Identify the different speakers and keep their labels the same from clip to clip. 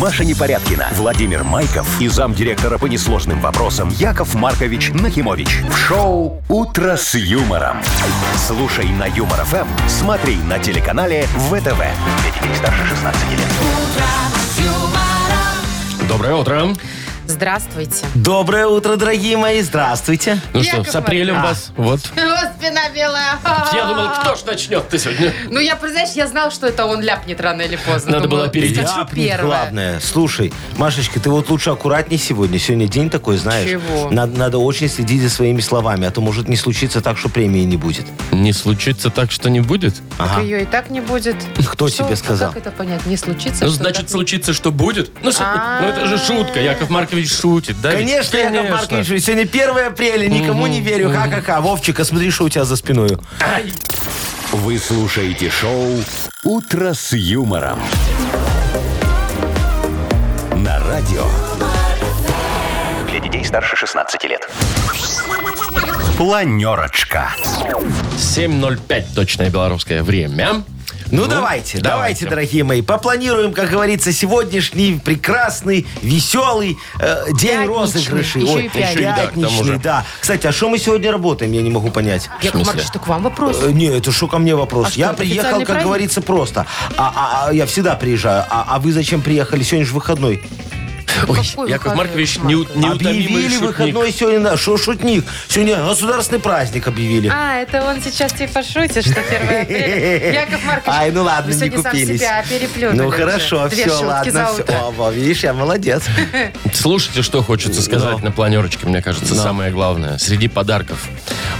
Speaker 1: Маша Непорядкина, Владимир Майков и замдиректора по несложным вопросам Яков Маркович Нахимович. В шоу «Утро с юмором». Слушай на Юмор ФМ, смотри на телеканале ВТВ. детей старше 16 лет.
Speaker 2: Доброе утро.
Speaker 3: Здравствуйте.
Speaker 4: Доброе утро, дорогие мои. Здравствуйте.
Speaker 2: Ну
Speaker 3: Яков
Speaker 2: что, с апрелем вас.
Speaker 4: А,
Speaker 2: Вот.
Speaker 3: О, спина белая.
Speaker 2: Я думал, кто ж начнет ты сегодня?
Speaker 3: Ну, я, знаешь, я знал, что это он ляпнет рано или поздно.
Speaker 2: Надо
Speaker 3: Думала,
Speaker 2: было опередить.
Speaker 3: «Хочу
Speaker 4: Ляпнет,
Speaker 3: первое».
Speaker 4: главное. Слушай, Машечка, ты вот лучше аккуратней сегодня. Сегодня день такой, знаешь.
Speaker 3: Чего?
Speaker 4: Надо, надо очень следить за своими словами, а то может не случиться так, что премии не будет.
Speaker 2: Не случится так, что не будет?
Speaker 3: Так
Speaker 4: Ага.
Speaker 3: ее и так не будет.
Speaker 4: Кто
Speaker 3: Что-
Speaker 4: тебе сказал?
Speaker 3: Как это понять? Не случится?
Speaker 2: Ну,
Speaker 3: что
Speaker 2: значит,
Speaker 3: так-
Speaker 2: случится, что будет. Ну, с-
Speaker 3: А-а-а.
Speaker 2: ну, это же шутка. Яков Маркович шутит, да? ведь?
Speaker 4: Конечно, Яков
Speaker 2: Конечно.
Speaker 4: Маркович, сегодня 1 апреля, никому не верю. Ха-ха-ха. Вовчик, а смотри, что у тебя за спиной.
Speaker 1: Вы слушаете шоу «Утро с юмором». На радио. Для детей старше 16 лет. Планерочка.
Speaker 2: 7.05 точное белорусское время.
Speaker 4: Ну, давайте, давайте, дорогие мои, попланируем, как говорится, сегодняшний прекрасный, веселый э, день
Speaker 3: Пятничный.
Speaker 4: розыгрышей.
Speaker 3: Еще
Speaker 4: Ой,
Speaker 3: и пятничный.
Speaker 2: Да, к тому
Speaker 4: пятничный,
Speaker 2: же.
Speaker 4: да. Кстати, а что мы сегодня работаем, я не могу понять.
Speaker 3: Яков
Speaker 2: смысле?
Speaker 3: Маркович, так к вам вопрос.
Speaker 4: Э, Не, это что ко мне вопрос?
Speaker 3: А что,
Speaker 4: я
Speaker 3: это
Speaker 4: приехал,
Speaker 3: официальный
Speaker 4: как
Speaker 3: праздник?
Speaker 4: говорится, просто. А, а- а я всегда приезжаю. А, а вы зачем приехали? Сегодня же выходной.
Speaker 2: Ой,
Speaker 3: Какой
Speaker 2: Яков
Speaker 3: выходной,
Speaker 2: Маркович,
Speaker 3: Яков
Speaker 2: не,
Speaker 3: Маркович?
Speaker 2: неутомимый
Speaker 4: объявили
Speaker 2: шутник.
Speaker 4: выходной сегодня. Да, Что шутник? Сегодня государственный праздник объявили.
Speaker 3: А, это он сейчас типа шутит, что 1 апреля. Яков Маркович,
Speaker 4: Ай, ну ладно,
Speaker 3: вы
Speaker 4: не
Speaker 3: сегодня сам
Speaker 4: купились.
Speaker 3: себя переплюнули.
Speaker 4: ну
Speaker 3: уже.
Speaker 4: хорошо,
Speaker 3: Две
Speaker 4: все,
Speaker 3: шутки
Speaker 4: ладно.
Speaker 3: за
Speaker 4: всё.
Speaker 3: утро.
Speaker 4: О, во, видишь, я молодец.
Speaker 2: Слушайте, что хочется
Speaker 4: Ну.
Speaker 2: сказать на планерочке, мне кажется, самое главное. Среди подарков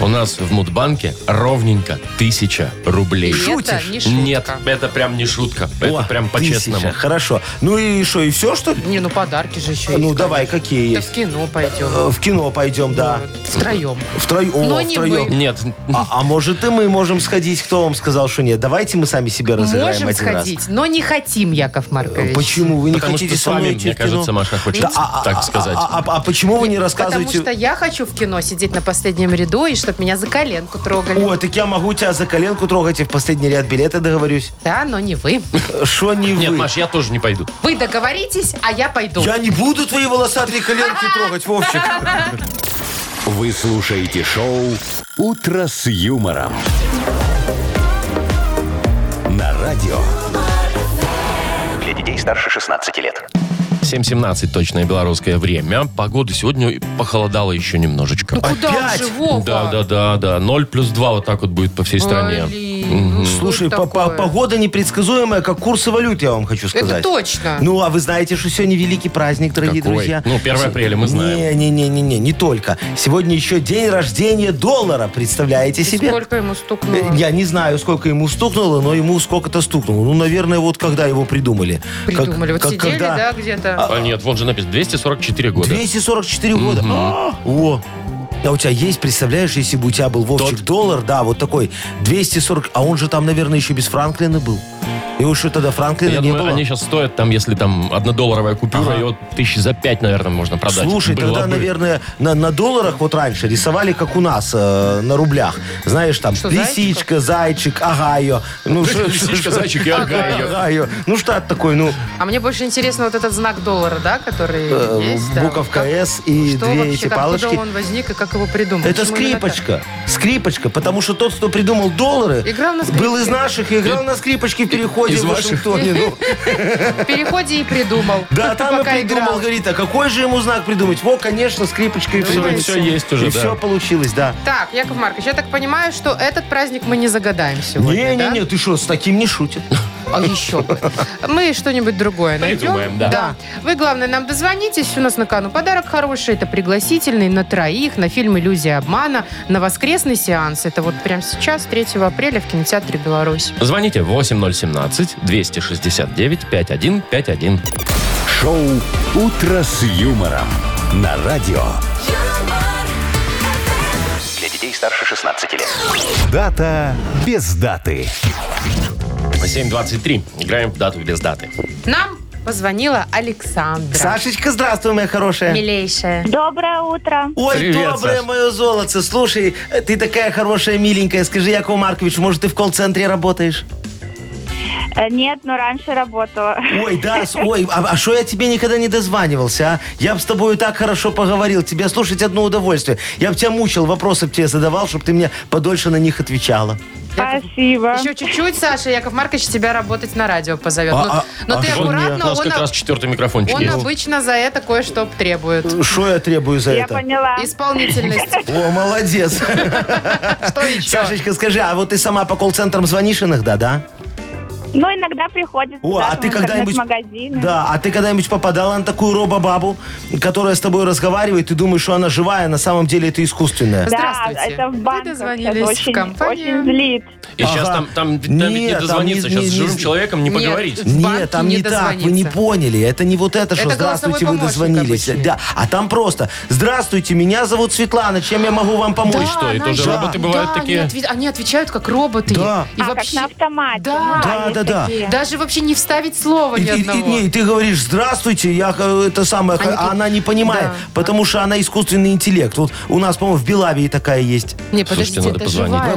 Speaker 2: у нас в Мудбанке ровненько тысяча рублей.
Speaker 3: И это не шутка.
Speaker 2: Нет, это прям не шутка.
Speaker 4: О,
Speaker 2: это прям по-честному.
Speaker 4: тысяча, Хорошо. Ну и что, и все, что ли?
Speaker 3: Не, ну подарки же еще
Speaker 4: Ну
Speaker 3: есть.
Speaker 4: давай, какие
Speaker 3: Да
Speaker 4: есть?
Speaker 3: в кино пойдем.
Speaker 4: Э, В кино пойдем, да.
Speaker 3: Втроем.
Speaker 4: Втроем,
Speaker 3: Но
Speaker 4: о,
Speaker 3: Ну не
Speaker 4: втроем.
Speaker 3: вы.
Speaker 2: Нет,
Speaker 4: А, а может и мы можем сходить? Кто вам сказал, что нет? Давайте мы сами себе разыграем
Speaker 3: Можем
Speaker 4: один
Speaker 3: сходить, но не хотим, Яков
Speaker 4: раз.
Speaker 3: Маркович.
Speaker 4: Почему вы не
Speaker 2: потому
Speaker 4: хотите
Speaker 2: что с
Speaker 4: со мной
Speaker 2: вами,
Speaker 4: идти
Speaker 2: мне
Speaker 4: в кино?
Speaker 2: кажется, Маша хочет
Speaker 4: Да, а- а-
Speaker 2: так
Speaker 4: а-
Speaker 2: сказать.
Speaker 4: А, а- а почему вы не
Speaker 3: Потому
Speaker 4: рассказываете?
Speaker 3: что я хочу в кино сидеть на последнем ряду и чтобы меня за коленку трогали.
Speaker 4: О, так я могу тебя за коленку трогать и в последний ряд билета договорюсь.
Speaker 3: Да, но не вы.
Speaker 4: Что не
Speaker 2: Нет, ну
Speaker 4: вы?
Speaker 2: Маш, я тоже не пойду.
Speaker 3: Вы договоритесь, а я пойду.
Speaker 4: Я не буду твои волосатые коленки трогать, Вовчик.
Speaker 1: Вы слушаете шоу «Утро с юмором». На радио. Для детей старше 16 лет.
Speaker 2: 7.17 точное белорусское время. Погода сегодня похолодала еще немножечко.
Speaker 3: Ну куда
Speaker 4: Опять?
Speaker 3: же, Вова?
Speaker 2: Да, да, да, да. 0 плюс 2 вот так вот будет по всей стране.
Speaker 3: Блин, ну что
Speaker 4: Слушай,
Speaker 3: это
Speaker 4: по- по-
Speaker 3: такое?
Speaker 4: погода непредсказуемая, как курсы валют, я вам хочу сказать.
Speaker 3: Это точно.
Speaker 4: Ну, а вы знаете, что сегодня великий праздник, дорогие
Speaker 2: Какой?
Speaker 4: друзья.
Speaker 2: Ну, 1 апреля мы знаем.
Speaker 4: Не-не-не-не, не не только. Сегодня еще день рождения доллара, представляете
Speaker 3: И
Speaker 4: себе?
Speaker 3: Сколько ему
Speaker 4: Э,
Speaker 3: стукнуло?
Speaker 4: Я не знаю, сколько ему стукнуло, но ему сколько-то стукнуло. Ну, наверное, вот когда его придумали. Как-
Speaker 3: Придумали. вот
Speaker 4: как
Speaker 3: сидели,
Speaker 4: когда-
Speaker 3: да, где-то.
Speaker 2: А нет, вон же написано 244 года.
Speaker 4: 244 года. А, О! А у тебя есть, представляешь, если бы у тебя был Вовчик доллар, да, вот такой, 240, а он же там, наверное, еще без Франклина был. И уж что тогда Франклина
Speaker 2: Я
Speaker 4: не
Speaker 2: думаю,
Speaker 4: было.
Speaker 2: они сейчас стоят там, если там однодолларовая купюра, ее тысячи за пять, наверное, можно продать.
Speaker 4: Слушай,
Speaker 2: Было
Speaker 4: тогда,
Speaker 2: бы.
Speaker 4: наверное, на, на долларах вот раньше рисовали, как у нас, э, на рублях. Знаешь, там,
Speaker 3: Что,
Speaker 4: лисичка, зайчик, агайо. Ну, что-
Speaker 2: Лисичка, зайчик и ага ее.
Speaker 4: агайо. Ну, штат такой, ну,
Speaker 3: А мне больше интересно вот этот знак доллара, да, который
Speaker 4: э,
Speaker 3: есть. да.
Speaker 4: буковка
Speaker 3: Как-
Speaker 4: «С» и
Speaker 3: Что
Speaker 4: две
Speaker 3: вообще,
Speaker 4: эти
Speaker 3: как-
Speaker 4: палочки.
Speaker 3: Откуда он возник и как его придумали?
Speaker 4: Это
Speaker 3: Почему именно так?
Speaker 4: скрипочка. Скрипочка, потому что тот, кто придумал доллары,
Speaker 3: Играл на скрипке.
Speaker 4: был из наших и играл на скрипочке в переходе
Speaker 2: Из
Speaker 4: в
Speaker 2: ваших.
Speaker 4: Вашингтоне. Ну,
Speaker 3: В переходе и придумал.
Speaker 4: да, там и
Speaker 3: Пока
Speaker 4: придумал,
Speaker 3: играл. Ну,
Speaker 4: говорит, а какой же ему знак придумать? Во, конечно, скрипочка и
Speaker 2: Все,
Speaker 4: все.
Speaker 2: все есть уже,
Speaker 4: И
Speaker 2: да.
Speaker 4: все получилось, да.
Speaker 3: Так, Яков Маркович, я так понимаю, что этот праздник мы не загадаем сегодня, да?
Speaker 4: Не-не-не, ты что, с таким не шутит?
Speaker 3: А еще бы. Мы что-нибудь другое найдем.
Speaker 2: Придумаем, да.
Speaker 3: Вы, главное, нам дозвонитесь. У нас на кону подарок хороший. Это пригласительный на троих на фильм «Иллюзия обмана» на воскресный сеанс. Это вот прямо сейчас, 3 апреля в кинотеатре «Беларусь».
Speaker 2: Звоните 8017-269-5151.
Speaker 1: Шоу «Утро с юмором» на радио. Для детей старше 16 лет. Дата без даты.
Speaker 2: 7.23. Играем в дату без даты.
Speaker 3: Нам позвонила Александра.
Speaker 4: Сашечка, здравствуй, моя хорошая.
Speaker 3: Милейшая.
Speaker 5: Доброе утро.
Speaker 4: Ой,
Speaker 2: Привет,
Speaker 4: доброе
Speaker 2: Саш.
Speaker 4: мое золото. Слушай, э, ты такая хорошая, миленькая. Скажи, Яков Маркович, может, ты в колл-центре работаешь?
Speaker 5: Э, Нет, но раньше работала.
Speaker 4: Ой, да, с- ой, а что я тебе никогда не дозванивался, а? Я бы с тобой так хорошо поговорил, тебе слушать одно удовольствие. Я бы тебя мучил, вопросы бы тебе задавал, чтобы ты мне подольше на них отвечала.
Speaker 5: Спасибо.
Speaker 3: Еще чуть-чуть, Саша, Яков Маркович тебя работать на радио позовет.
Speaker 4: А,
Speaker 3: но
Speaker 4: а,
Speaker 3: но
Speaker 4: а
Speaker 3: ты
Speaker 4: что
Speaker 2: У
Speaker 3: аккуратно,
Speaker 2: нас
Speaker 3: он,
Speaker 2: как
Speaker 3: о-
Speaker 2: раз четвертый микрофончик
Speaker 3: он
Speaker 2: есть.
Speaker 3: обычно за это кое-что требует.
Speaker 4: Что я требую за
Speaker 5: Я
Speaker 4: это?
Speaker 5: поняла.
Speaker 3: Исполнительность.
Speaker 4: О, молодец.
Speaker 3: Что еще?
Speaker 4: Сашечка, скажи, а вот ты сама по колл-центрам звонишь иногда, да?
Speaker 5: Ну, иногда приходится
Speaker 4: О, а
Speaker 5: даже
Speaker 4: ты
Speaker 5: в
Speaker 4: когда-нибудь...
Speaker 5: интернет-магазины.
Speaker 4: Да, а ты когда-нибудь попадала на такую робобабу, которая с тобой разговаривает, ты думаешь, что она живая, а на самом деле это искусственная?
Speaker 5: Да,
Speaker 3: Здравствуйте.
Speaker 5: это в
Speaker 3: Вы
Speaker 5: банках.
Speaker 3: дозвонились
Speaker 5: сейчас
Speaker 3: в
Speaker 5: очень,
Speaker 3: компанию.
Speaker 5: очень злит.
Speaker 2: И сейчас
Speaker 4: Ага.
Speaker 2: там, там, там ведь не
Speaker 4: Нет, там
Speaker 2: дозвониться,
Speaker 4: не-
Speaker 2: сейчас
Speaker 4: не-
Speaker 2: с живым
Speaker 4: не-
Speaker 2: человеке не
Speaker 3: Нет.
Speaker 2: поговорить.
Speaker 3: в
Speaker 4: Нет,
Speaker 3: банке
Speaker 4: там
Speaker 3: не
Speaker 4: не так, вы не
Speaker 3: дозвониться.
Speaker 4: поняли. Это не вот это, что
Speaker 3: Это голосовой
Speaker 4: здравствуйте, вы
Speaker 3: помощник
Speaker 4: дозвонились.
Speaker 3: обычный.
Speaker 4: Да, а там просто здравствуйте, меня зовут Светлана, чем я могу вам
Speaker 3: Да,
Speaker 4: помочь?
Speaker 2: что, и тоже
Speaker 3: Надя,
Speaker 2: роботы бывают
Speaker 3: да,
Speaker 2: такие?
Speaker 3: Они, отве- они отвечают как роботы.
Speaker 4: Да.
Speaker 3: И
Speaker 5: а, как
Speaker 3: вообще
Speaker 5: на автомате.
Speaker 3: Да.
Speaker 4: Да,
Speaker 5: есть
Speaker 4: да, да.
Speaker 5: такие.
Speaker 3: даже вообще не вставить слова
Speaker 4: И,
Speaker 3: ни
Speaker 4: и- и-
Speaker 3: одного.
Speaker 4: не, и ты говоришь, здравствуйте, я э, это самое,
Speaker 3: Они
Speaker 4: а
Speaker 3: тут-
Speaker 4: она не понимает,
Speaker 3: Да.
Speaker 4: потому что она искусственный интеллект. Вот у нас, по-моему, в Белавии такая есть.
Speaker 3: Не,
Speaker 2: Слушайте,
Speaker 3: подождите,
Speaker 2: надо
Speaker 3: это
Speaker 2: позвонить.
Speaker 3: живая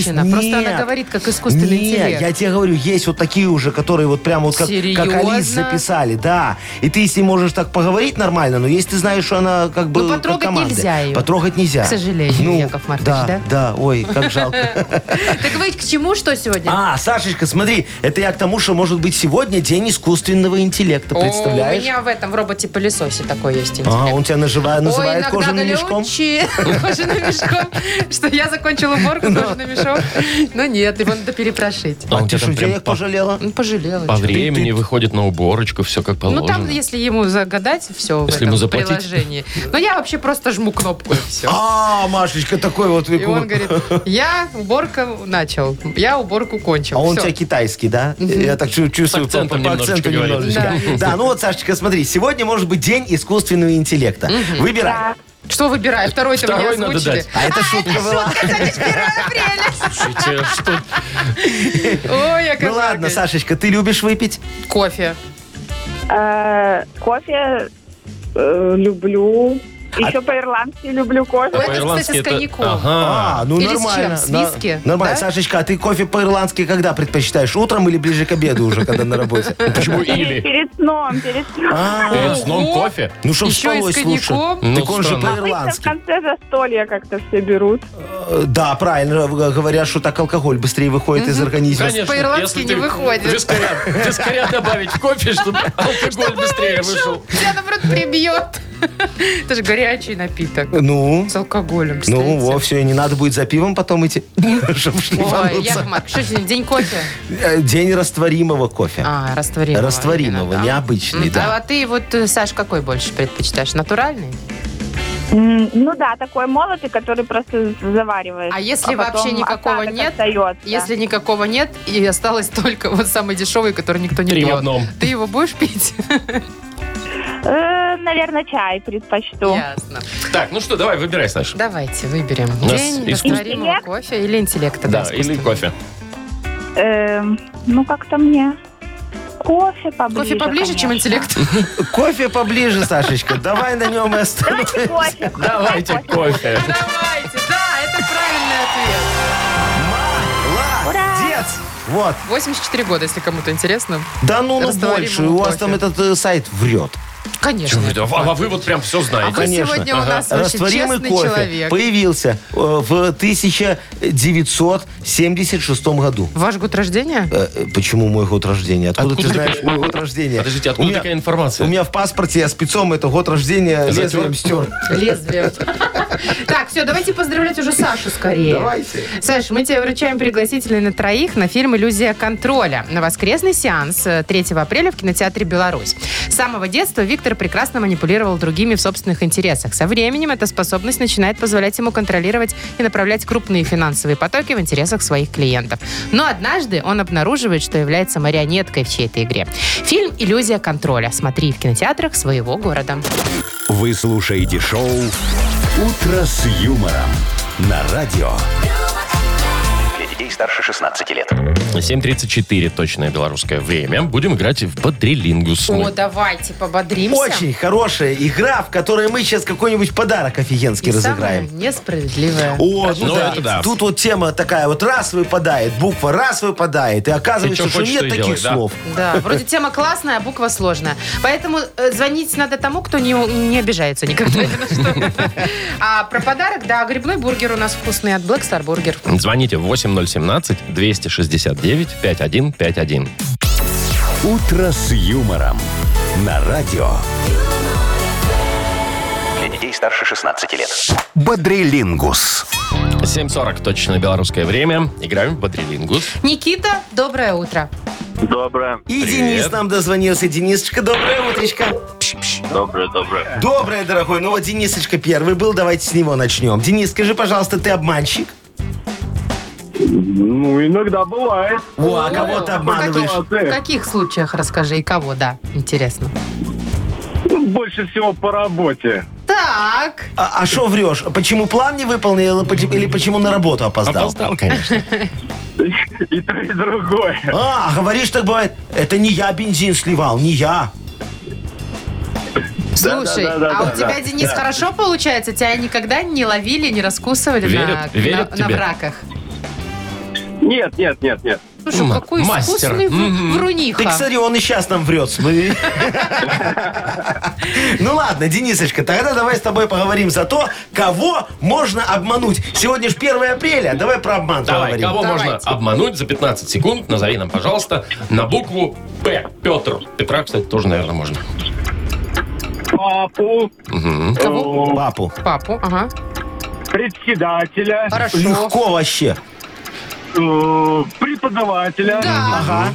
Speaker 3: А, женщина. Просто она
Speaker 4: нет.
Speaker 3: говорит, как искусственный
Speaker 4: Не,
Speaker 3: интеллект.
Speaker 4: я тебе говорю, есть вот такие уже, которые вот прям вот как, как Алис
Speaker 3: Серьезно?
Speaker 4: записали, да. И ты с ней можешь так поговорить нормально, но если ты знаешь, что она как бы
Speaker 3: Ну,
Speaker 4: как
Speaker 3: потрогать
Speaker 4: команда.
Speaker 3: нельзя ее.
Speaker 4: Потрогать нельзя. Ну,
Speaker 3: К сожалению, Яков Маркович, да?
Speaker 4: да? Да, ой, как жалко.
Speaker 3: Так вы к чему что сегодня?
Speaker 4: А, Сашечка, смотри, это я к тому, что может быть сегодня день искусственного интеллекта,
Speaker 3: О,
Speaker 4: представляешь?
Speaker 3: У меня в этом роботе-пылесосе такой есть
Speaker 4: А,
Speaker 3: интеллект.
Speaker 4: он тебя наживая- называет
Speaker 3: Ой,
Speaker 4: кожаным
Speaker 3: иногда
Speaker 4: мешком?
Speaker 3: колючие. Кожаным мешком. Что я закончила уборку,
Speaker 4: Ну.
Speaker 3: кожаный мешок. Но нет, его надо перепрошить.
Speaker 2: А
Speaker 4: А
Speaker 2: у тебя там
Speaker 4: ты что,
Speaker 2: прям
Speaker 4: денег
Speaker 2: по,
Speaker 4: пожалела?
Speaker 3: Ну, пожалела.
Speaker 2: по
Speaker 3: чё.
Speaker 2: времени выходит на уборочку, все как положено.
Speaker 3: Ну, там, если ему загадать, все
Speaker 2: Если
Speaker 3: в этом
Speaker 2: ему заплатить.
Speaker 3: приложении. Но я вообще просто жму кнопку, и все.
Speaker 4: А, Машечка, такой вот.
Speaker 3: И он говорит, я уборка начал, я уборку кончил.
Speaker 4: А он у
Speaker 3: Всё.
Speaker 4: тебя китайский, да? Э, Я так чу- чувствую по,
Speaker 2: акцентом
Speaker 4: по- по
Speaker 2: немножечко
Speaker 4: акценту
Speaker 2: говорит.
Speaker 4: немножечко. Да, ну вот, Сашечка, смотри, сегодня может быть день искусственного интеллекта. Выбирай.
Speaker 3: Что выбирай? Второй-то мне
Speaker 2: Второй надо
Speaker 3: озвучили.
Speaker 2: дать.
Speaker 4: А это шутка была.
Speaker 2: Слушайте, что-
Speaker 3: Ой, я
Speaker 4: Ну ладно, Сашечка, ты любишь выпить?
Speaker 3: Кофе.
Speaker 5: Э, кофе э, люблю.
Speaker 4: А
Speaker 5: Еще по-ирландски люблю
Speaker 3: Ой,
Speaker 5: кофе.
Speaker 3: это,
Speaker 2: по-ирландски
Speaker 3: кстати, с коньяком.
Speaker 2: Ага.
Speaker 4: А, ну
Speaker 3: Или с чем?
Speaker 4: нормально.
Speaker 3: С
Speaker 4: На-
Speaker 3: виски?
Speaker 4: Нормально.
Speaker 3: Да?
Speaker 4: Сашечка, а ты кофе по-ирландски когда предпочитаешь? Утром или ближе к обеду уже, когда на работе?
Speaker 2: Почему или?
Speaker 5: Перед сном, перед сном.
Speaker 4: А,
Speaker 2: Перед сном
Speaker 3: Ого.
Speaker 2: кофе?
Speaker 4: Ну что,
Speaker 3: Еще и с
Speaker 4: спалось лучше.
Speaker 3: коньяком.
Speaker 2: Ну,
Speaker 4: Так он же
Speaker 2: странно.
Speaker 5: Обычно в
Speaker 3: А,
Speaker 4: по-ирландски.
Speaker 5: конце застолья как-то все берут.
Speaker 4: Э, Да, правильно э, говорят, что так алкоголь быстрее выходит из организма.
Speaker 3: по-ирландски
Speaker 2: если ты
Speaker 3: не выходит.
Speaker 2: Вискаря, вискаря добавить в кофе, чтобы алкоголь быстрее вышел.
Speaker 3: Тебя, наоборот, прибьет. Это же горячий напиток.
Speaker 4: Ну,
Speaker 3: С алкоголем,
Speaker 4: ну, во,
Speaker 3: представляете?
Speaker 4: все, и не надо будет за пивом потом идти, чтобы
Speaker 3: Ой,
Speaker 4: шлифануться.
Speaker 3: Яков Маркович, что сегодня, день кофе?
Speaker 4: Э, День растворимого кофе.
Speaker 3: А, растворимого.
Speaker 4: Растворимого,
Speaker 3: именно, да.
Speaker 4: необычный,
Speaker 3: М,
Speaker 4: да.
Speaker 3: А ты вот, э, Саш, какой больше предпочитаешь? Натуральный?
Speaker 5: М, Ну да, такой молотый, который просто заваривает.
Speaker 3: А если вообще никакого нет?
Speaker 5: Остается.
Speaker 3: Если никакого нет, и осталось только вот самый дешевый, который никто не
Speaker 2: Три в
Speaker 3: пьет.
Speaker 2: одном.
Speaker 3: Ты его будешь пить?
Speaker 5: Э, наверное, чай предпочту.
Speaker 3: Ясно.
Speaker 2: Так, ну что, давай, выбирай, Саша.
Speaker 3: Давайте выберем
Speaker 2: У нас
Speaker 3: день
Speaker 2: искусство-
Speaker 3: растворимого
Speaker 5: Интеллект?
Speaker 3: кофе или интеллекта.
Speaker 2: Да, или
Speaker 3: искусственного.
Speaker 2: кофе.
Speaker 5: Эм, ну, как-то мне кофе поближе.
Speaker 3: Кофе поближе, чем
Speaker 5: конечно.
Speaker 3: интеллект?
Speaker 4: Кофе поближе, Сашечка. Давай на нем и
Speaker 5: Давайте
Speaker 4: остановимся.
Speaker 5: кофе.
Speaker 2: Давайте кофе.
Speaker 3: Давайте, да, это правильный ответ.
Speaker 4: Молодец! Вот.
Speaker 3: 84 года, если кому-то интересно.
Speaker 4: Да ну, ну
Speaker 3: Растворимого
Speaker 4: больше. У вас там
Speaker 3: кофе.
Speaker 4: этот э, сайт врет.
Speaker 3: Конечно.
Speaker 2: А а вы вот прям все
Speaker 3: А
Speaker 2: знаете.
Speaker 3: вы
Speaker 4: конечно.
Speaker 3: сегодня у нас вообще
Speaker 4: Растворимый
Speaker 3: честный
Speaker 4: кофе
Speaker 3: человек.
Speaker 4: появился э, в 1976 году.
Speaker 3: Ваш год рождения?
Speaker 4: Э, э, Почему мой год рождения? Откуда,
Speaker 2: Откуда
Speaker 4: ты знаешь мой год рождения?
Speaker 2: Подождите,
Speaker 4: У
Speaker 2: откуда
Speaker 4: меня-
Speaker 2: такая
Speaker 4: У
Speaker 2: информация?
Speaker 4: меня в паспорте я спецом это год рождения
Speaker 2: Затер.
Speaker 4: лезвием стер.
Speaker 3: Лезвие. Так, все, давайте поздравлять уже Сашу скорее.
Speaker 4: Давайте.
Speaker 3: Саш, мы тебе вручаем пригласительные на троих на фильм «Иллюзия контроля» на воскресный сеанс э, 3 апреля в кинотеатре «Беларусь». С самого детства Виктор прекрасно манипулировал другими в собственных интересах. Со временем эта способность начинает позволять ему контролировать и направлять крупные финансовые потоки в интересах своих клиентов. Но однажды он обнаруживает, что является марионеткой в чьей-то игре. Фильм «Иллюзия контроля». Смотри в кинотеатрах своего города.
Speaker 1: Вы слушаете шоу «Утро с юмором» на радио. Для детей старше старше 16 лет.
Speaker 2: 7.34 точное белорусское время. Будем играть в Бодрилингус. Ну,
Speaker 3: О, давайте пободримся.
Speaker 4: Очень хорошая игра, в которой мы сейчас какой-нибудь подарок
Speaker 3: И
Speaker 4: офигенский
Speaker 3: самое
Speaker 4: разыграем.
Speaker 3: несправедливое.
Speaker 4: О,
Speaker 2: Ну, это да.
Speaker 4: Тут вот тема такая, вот раз выпадает, буква раз выпадает, и оказывается,
Speaker 2: Ты чё
Speaker 4: что
Speaker 2: хочешь,
Speaker 4: нет
Speaker 2: то и
Speaker 4: таких
Speaker 2: делай, да.
Speaker 4: слов.
Speaker 3: Да, вроде тема классная, а буква сложная. Поэтому э, звонить надо тому, кто не, не обижается никогда. ни
Speaker 2: Ну.
Speaker 3: на что. А про подарок, да, грибной бургер у нас вкусный от Black Star Burger.
Speaker 2: Звоните 8017-269-5151.
Speaker 1: «Утро с юмором» на радио. Для детей старше 16 лет. Бодрилингус.
Speaker 2: 7.40 точное белорусское время. Играем в Бодрилингус.
Speaker 3: Никита, доброе утро.
Speaker 6: Доброе,
Speaker 4: И
Speaker 2: Привет.
Speaker 4: Денис нам дозвонился. Денисочка, доброе утречко.
Speaker 6: доброе, доброе.
Speaker 4: Доброе, дорогой. Ну вот Денисочка первый был, давайте с него начнем. Денис, скажи, пожалуйста, ты обманщик?
Speaker 6: Ну, иногда бывает.
Speaker 4: О, а кого ты
Speaker 3: В каких-
Speaker 4: обманываешь?
Speaker 3: В каких случаях расскажи и кого, да, интересно.
Speaker 6: Ну, Больше всего по работе.
Speaker 3: Так,
Speaker 4: А что врешь? Почему план не выполнил или поч- или почему на работу опоздал?
Speaker 2: Опоздал, конечно.
Speaker 6: И то, и другое.
Speaker 4: А, говоришь, так бывает. Это не я бензин сливал, не я.
Speaker 3: слушай,
Speaker 6: да, да,
Speaker 3: а у
Speaker 6: да,
Speaker 3: тебя,
Speaker 6: да.
Speaker 3: Денис, хорошо получается? Тебя никогда не ловили, не раскусывали на-
Speaker 2: Верят- верят
Speaker 3: на, на
Speaker 2: тебе?
Speaker 3: браках?
Speaker 6: Нет, нет, нет, нет.
Speaker 3: Слушай,
Speaker 2: М,
Speaker 3: какой
Speaker 2: мастер.
Speaker 3: искусный вру-
Speaker 2: Мгм.
Speaker 3: вруниха.
Speaker 4: Ты, кстати, он и сейчас нам врет, смотри. Ну ладно, Денисочка, тогда давай с тобой поговорим за то, кого можно обмануть. Сегодня же 1 апреля, давай про обман
Speaker 2: Давай,
Speaker 4: поговорим.
Speaker 2: кого
Speaker 3: Давайте.
Speaker 2: можно обмануть за 15 секунд? Назови нам, пожалуйста, на букву П. Петр. Петра, кстати, тоже, наверное, можно.
Speaker 6: Папу,
Speaker 2: Мгм.
Speaker 3: Кого?
Speaker 4: Папу.
Speaker 3: Папу, ага.
Speaker 6: председателя,
Speaker 3: Хорошо.
Speaker 4: Легко вообще.
Speaker 6: э, преподавателя,
Speaker 3: Да,
Speaker 4: Ага.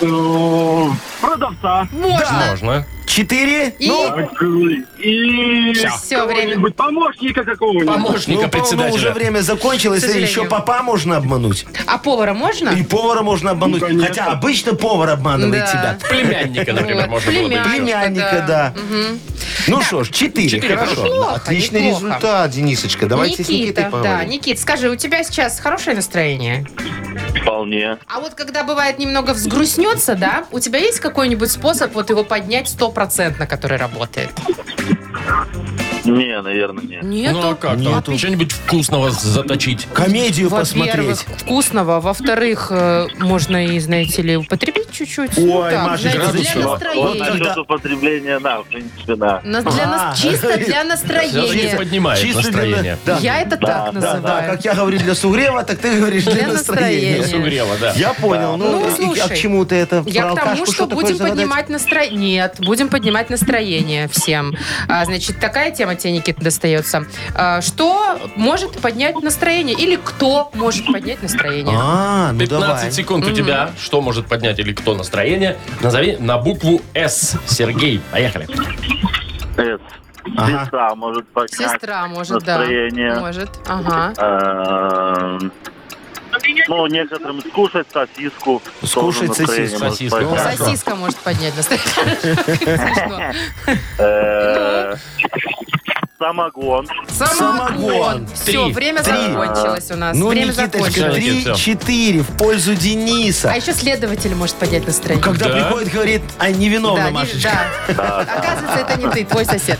Speaker 6: э, продавца.
Speaker 3: можно.
Speaker 2: Можно.
Speaker 4: Четыре.
Speaker 3: И
Speaker 4: Ну,
Speaker 6: Так, э, И
Speaker 3: Всё, время.
Speaker 6: кого-нибудь помощника какого-нибудь.
Speaker 2: Помощника
Speaker 4: ну, по-моему,
Speaker 2: председателя.
Speaker 4: уже время закончилось,
Speaker 3: К
Speaker 4: и еще
Speaker 3: сожалению.
Speaker 4: папа можно обмануть.
Speaker 3: а повара можно?
Speaker 4: И повара можно обмануть.
Speaker 6: Ну, конечно.
Speaker 4: Хотя обычно повар обманывает
Speaker 3: Да.
Speaker 4: тебя.
Speaker 2: Племянника, например,
Speaker 3: Вот,
Speaker 2: можно было бы еще.
Speaker 3: племянник.
Speaker 4: Племянника,
Speaker 3: Да.
Speaker 4: да. Ну что ж, четыре.
Speaker 2: Четыре,
Speaker 4: Хорошо.
Speaker 3: неплохо,
Speaker 4: Отличный
Speaker 3: неплохо.
Speaker 4: результат, Денисочка. Давайте с Никитой
Speaker 3: Никита, да,
Speaker 4: поговорим.
Speaker 3: Никит, скажи, у тебя сейчас хорошее настроение?
Speaker 6: Вполне.
Speaker 3: А вот когда бывает немного взгрустнется, да, у тебя есть какой-нибудь способ вот его поднять стопроцентно, который работает?
Speaker 6: Не, наверное, нет.
Speaker 3: Нет.
Speaker 2: Ну а как там? Что-нибудь вкусного заточить.
Speaker 4: Комедию
Speaker 3: Во-первых,
Speaker 4: посмотреть.
Speaker 3: вкусного. Во-вторых, э, можно и, знаете ли, употребить чуть-чуть.
Speaker 4: Ой,
Speaker 3: Ну, так,
Speaker 4: Маша,
Speaker 3: знаете,
Speaker 4: градусник.
Speaker 3: для
Speaker 6: Вот, вот
Speaker 3: настроения.
Speaker 4: тогда-
Speaker 6: насчет употребления, да, в принципе, да.
Speaker 3: На- для нас-
Speaker 4: А.
Speaker 3: чисто для
Speaker 2: Все-таки
Speaker 3: настроения.
Speaker 2: поднимает
Speaker 4: Чисто для-
Speaker 2: настроение.
Speaker 4: да.
Speaker 3: Я это
Speaker 6: Да,
Speaker 3: так
Speaker 6: да,
Speaker 4: Да,
Speaker 3: называю.
Speaker 4: да, как я говорю для сугрева, так ты говоришь для,
Speaker 3: Для
Speaker 4: настроения.
Speaker 3: настроения.
Speaker 2: Сугрело, да.
Speaker 4: Я понял. Ну,
Speaker 3: Ну,
Speaker 4: и-
Speaker 3: слушай,
Speaker 4: а к чему ты это?
Speaker 3: Я
Speaker 4: Про
Speaker 3: к тому,
Speaker 4: алкашку
Speaker 3: что
Speaker 4: такое
Speaker 3: будем
Speaker 4: загадать?
Speaker 3: поднимать настроение. Нет, будем поднимать настроение всем. А, значит, такая тема тебе, Никита, достается. А, что может поднять настроение? Или кто может поднять настроение?
Speaker 4: А, ну
Speaker 2: 15
Speaker 4: давай.
Speaker 2: секунд у тебя. Что может поднять или кто настроение? Назови на букву С. Сергей, поехали.
Speaker 6: Эс.
Speaker 4: Ага.
Speaker 6: Сестра может поднять.
Speaker 3: Сестра может,
Speaker 6: настроение.
Speaker 3: да. Может, ага.
Speaker 6: Эм, Ну, некоторым скушать сосиску. тоже
Speaker 4: Скушать
Speaker 6: настроение
Speaker 4: сосиску.
Speaker 2: Сосиску.
Speaker 6: может поднять.
Speaker 2: Хорошо.
Speaker 3: Сосиска может поднять настроение. Смешно. Ну.
Speaker 6: Э, Самогон.
Speaker 3: Самогон.
Speaker 4: Самогон.
Speaker 3: Все,
Speaker 2: Три.
Speaker 3: время
Speaker 4: Три.
Speaker 3: закончилось у нас.
Speaker 4: Ну,
Speaker 3: Время
Speaker 4: Никиточка,
Speaker 3: закончилось.
Speaker 2: Всё, Никит, всё.
Speaker 4: 3-4 в пользу Дениса.
Speaker 3: А еще следователь может поднять настроение.
Speaker 4: Когда
Speaker 2: Да?
Speaker 4: приходит, говорит, а невиновна,
Speaker 3: Да, не-
Speaker 4: Машечка.
Speaker 3: да. Оказывается, это не ты, твой сосед.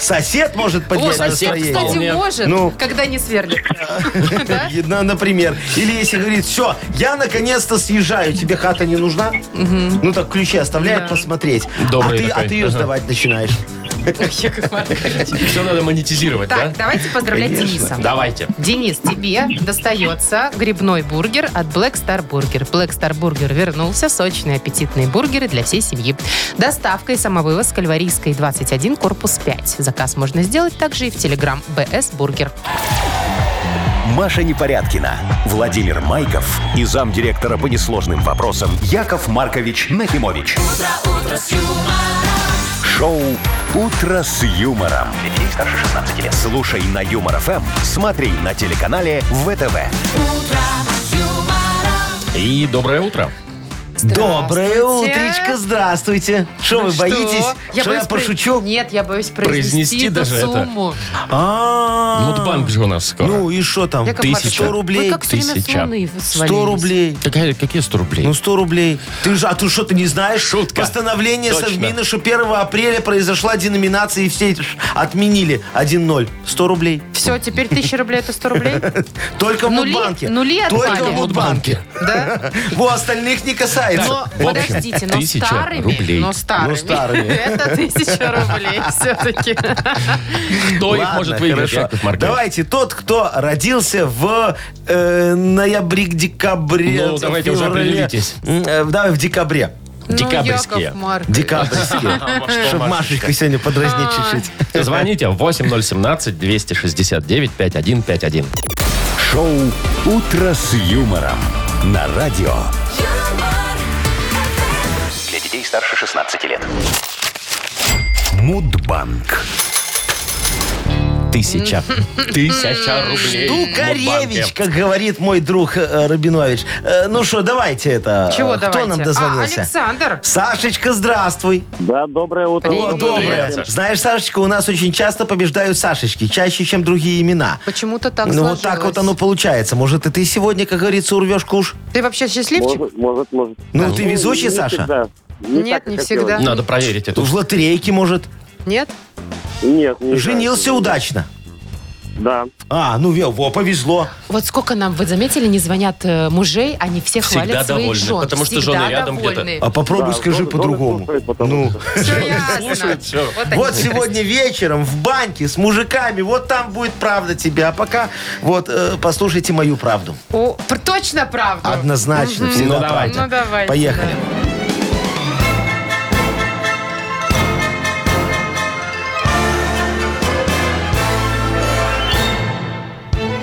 Speaker 4: Сосед может
Speaker 3: Вот
Speaker 4: поднять
Speaker 3: сосед,
Speaker 4: настроение.
Speaker 3: кстати,
Speaker 2: Вполне.
Speaker 3: может,
Speaker 4: Ну.
Speaker 3: когда не сверлит. Да?
Speaker 4: Ну, Например. Или если говорит, все, я наконец-то съезжаю, тебе хата не нужна? Ну так ключи оставляет
Speaker 3: Да.
Speaker 4: посмотреть.
Speaker 2: Добрый
Speaker 4: а, ты,
Speaker 2: такой.
Speaker 4: а ты ее
Speaker 2: Ага.
Speaker 4: сдавать начинаешь.
Speaker 3: Яков Маркович.
Speaker 2: Все надо монетизировать, да?
Speaker 3: Так, давайте поздравлять Дениса.
Speaker 2: Давайте.
Speaker 3: Денис, тебе достается грибной бургер от Black Star Burger. Black Star Burger вернулся. Сочные аппетитные бургеры для всей семьи. Доставка и самовывоз Кальварийской 21, корпус 5. Заказ можно сделать также и в Telegram BS Бургер.
Speaker 1: Маша Непорядкина, Владимир Майков и замдиректора по несложным вопросам Яков Маркович Нахимович. Шоу Утро с юмором. Детей старше 16 лет. Слушай на юмор ФМ, смотри на телеканале ВТВ.
Speaker 2: И доброе утро.
Speaker 4: Доброе
Speaker 3: Здравствуйте. Ну
Speaker 4: утречко, здравствуйте. Что вы
Speaker 3: Что?
Speaker 4: боитесь? Что я
Speaker 3: боюсь про-
Speaker 4: пошучу?
Speaker 3: Нет, я боюсь
Speaker 2: Произнести
Speaker 3: произнести, эту
Speaker 2: даже это.
Speaker 3: сумму.
Speaker 4: А.
Speaker 2: Мудбанк же у нас скоро.
Speaker 4: Ну и что там?
Speaker 3: Яков
Speaker 2: Тысяча.
Speaker 3: Маркович,
Speaker 4: 100
Speaker 3: Вы
Speaker 4: рублей.
Speaker 3: как все время с
Speaker 2: Тысяча.
Speaker 3: луны
Speaker 4: 100 рублей.
Speaker 2: Какая, какие 100 рублей?
Speaker 4: Ну, 100 рублей. Ты же, а ты что, ты не знаешь?
Speaker 2: Шутка.
Speaker 4: Постановление
Speaker 2: Точно.
Speaker 4: Совмина, что 1 апреля произошла деноминация, и все эти ш- отменили 1-0. 100 рублей.
Speaker 3: Все, теперь тысяча рублей это 100 рублей?
Speaker 4: Только в
Speaker 3: Нули-
Speaker 4: Мудбанке.
Speaker 3: нули
Speaker 4: Только
Speaker 3: отпали.
Speaker 4: в Мудбанке.
Speaker 3: Да?
Speaker 4: Во, остальных не
Speaker 3: Но,
Speaker 4: касается.
Speaker 2: в общем,
Speaker 3: Ну, подождите, но
Speaker 2: тысяча
Speaker 3: старыми,
Speaker 2: рублей.
Speaker 3: но старыми.
Speaker 4: Но Ну, старыми.
Speaker 3: Это тысяча рублей все-таки.
Speaker 2: Кто их
Speaker 4: Ладно,
Speaker 2: может выиграть,
Speaker 4: хорошо.
Speaker 2: Яков Маркович?
Speaker 4: Давайте тот, кто родился в э, ноябре-декабре.
Speaker 2: Ну, давайте уже определитесь.
Speaker 4: э, давай в декабре.
Speaker 3: Ну,
Speaker 2: Декабрьские.
Speaker 4: Декабрьские. Чтобы Машечка сегодня подразнить чуть-чуть.
Speaker 2: Звоните 8017-269-5151.
Speaker 1: Шоу «Утро с юмором» на радио. Для детей старше 16 лет. Мудбанк.
Speaker 3: А.
Speaker 2: Тысяча. Тысяча рублей. в Мудбанке.
Speaker 4: Тукаревич, как Ну, говорит мой друг э, Рабинович. Э, Ну что, давайте это.
Speaker 3: Чего
Speaker 4: э,
Speaker 3: давайте?
Speaker 4: Кто нам
Speaker 3: А,
Speaker 4: дозвонился?
Speaker 3: Александр.
Speaker 4: Сашечка, здравствуй.
Speaker 6: Да, доброе утро.
Speaker 3: Привет.
Speaker 4: О, доброе.
Speaker 2: Привет, Саш.
Speaker 4: Знаешь, Сашечка, у нас очень часто побеждают Сашечки, чаще, чем другие имена.
Speaker 3: Почему-то так
Speaker 4: ну вот так
Speaker 3: сложилось.
Speaker 4: вот оно получается. Может, и ты сегодня, как говорится, урвешь куш?
Speaker 3: Ты вообще счастливчик?
Speaker 6: Может, может, может. А,
Speaker 4: Ну, ты везучий,
Speaker 6: не
Speaker 4: Саша?
Speaker 6: всегда.
Speaker 3: Нет,
Speaker 6: так, как
Speaker 3: не
Speaker 6: хотелось.
Speaker 3: всегда.
Speaker 2: Надо проверить это.
Speaker 4: В лотерейке, может.
Speaker 3: Нет?
Speaker 6: Нет, не
Speaker 4: Женился
Speaker 6: знаю.
Speaker 4: удачно.
Speaker 6: Да.
Speaker 4: А, ну, ве- во, повезло.
Speaker 3: Вот сколько нам, вы заметили, не звонят э, мужей, они все
Speaker 2: Всегда
Speaker 3: хвалят своих
Speaker 2: довольны,
Speaker 3: жен.
Speaker 2: потому что
Speaker 3: Всегда
Speaker 2: жены рядом
Speaker 3: довольны.
Speaker 4: А попробуй
Speaker 6: Да,
Speaker 4: скажи
Speaker 6: зоны- зоны
Speaker 4: по-другому.
Speaker 6: слушают, потому
Speaker 4: Ну.
Speaker 6: что-
Speaker 3: Всё ясно.
Speaker 2: слушают, всё.
Speaker 3: они
Speaker 4: Вот
Speaker 3: хитрости.
Speaker 4: сегодня вечером в банке с мужиками, вот там будет правда тебе. А пока вот э, послушайте мою правду.
Speaker 3: О, пр- точно правду.
Speaker 4: Однозначно,
Speaker 3: Мгм.
Speaker 4: всегда
Speaker 2: Ну, давайте.
Speaker 4: правда.
Speaker 3: Ну, давайте,
Speaker 4: Поехали.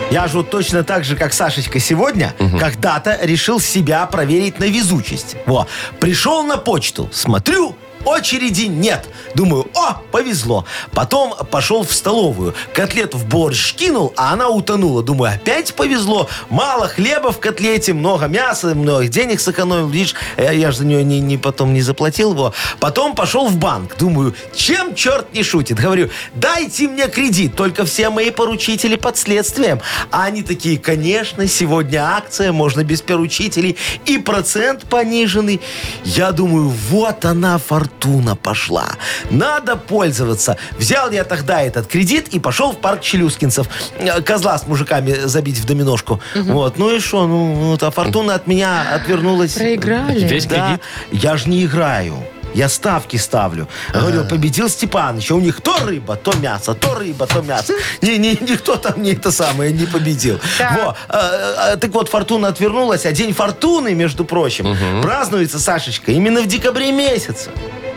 Speaker 4: Я же вот точно так же, как Сашечка сегодня, когда-то решил себя проверить на везучесть. Во. Пришел на почту, смотрю, очереди нет. Думаю, о, повезло. Потом пошел в столовую. Котлет в борщ кинул, а она утонула. Думаю, опять повезло. Мало хлеба в котлете, много мяса, много денег сэкономил. Видишь, я, я же за нее не, не потом не заплатил. Во. Потом пошел в банк. Думаю, чем черт не шутит? Говорю, дайте мне кредит, только все мои поручители под следствием. А они такие, конечно, сегодня акция, можно без поручителей, и процент пониженный. Я думаю, вот она, фортуна пошла. Надо пользоваться. Взял я тогда этот кредит и пошел в парк Челюскинцев. Э, Козла с мужиками забить в доминошку. Вот, ну и что, ну, вот, а фортуна от меня отвернулась.
Speaker 3: Проиграли.
Speaker 2: Весь
Speaker 4: Да,
Speaker 2: кредит.
Speaker 4: я же не играю. Я ставки ставлю. Говорю, победил Степаныч. А у них то рыба, то мясо, то рыба, то мясо. Не, не, никто там не это самое не победил.
Speaker 3: Так.
Speaker 4: Во. А, а, Так вот, фортуна отвернулась, а День фортуны, между прочим, празднуется, Сашечка, именно в декабре месяце.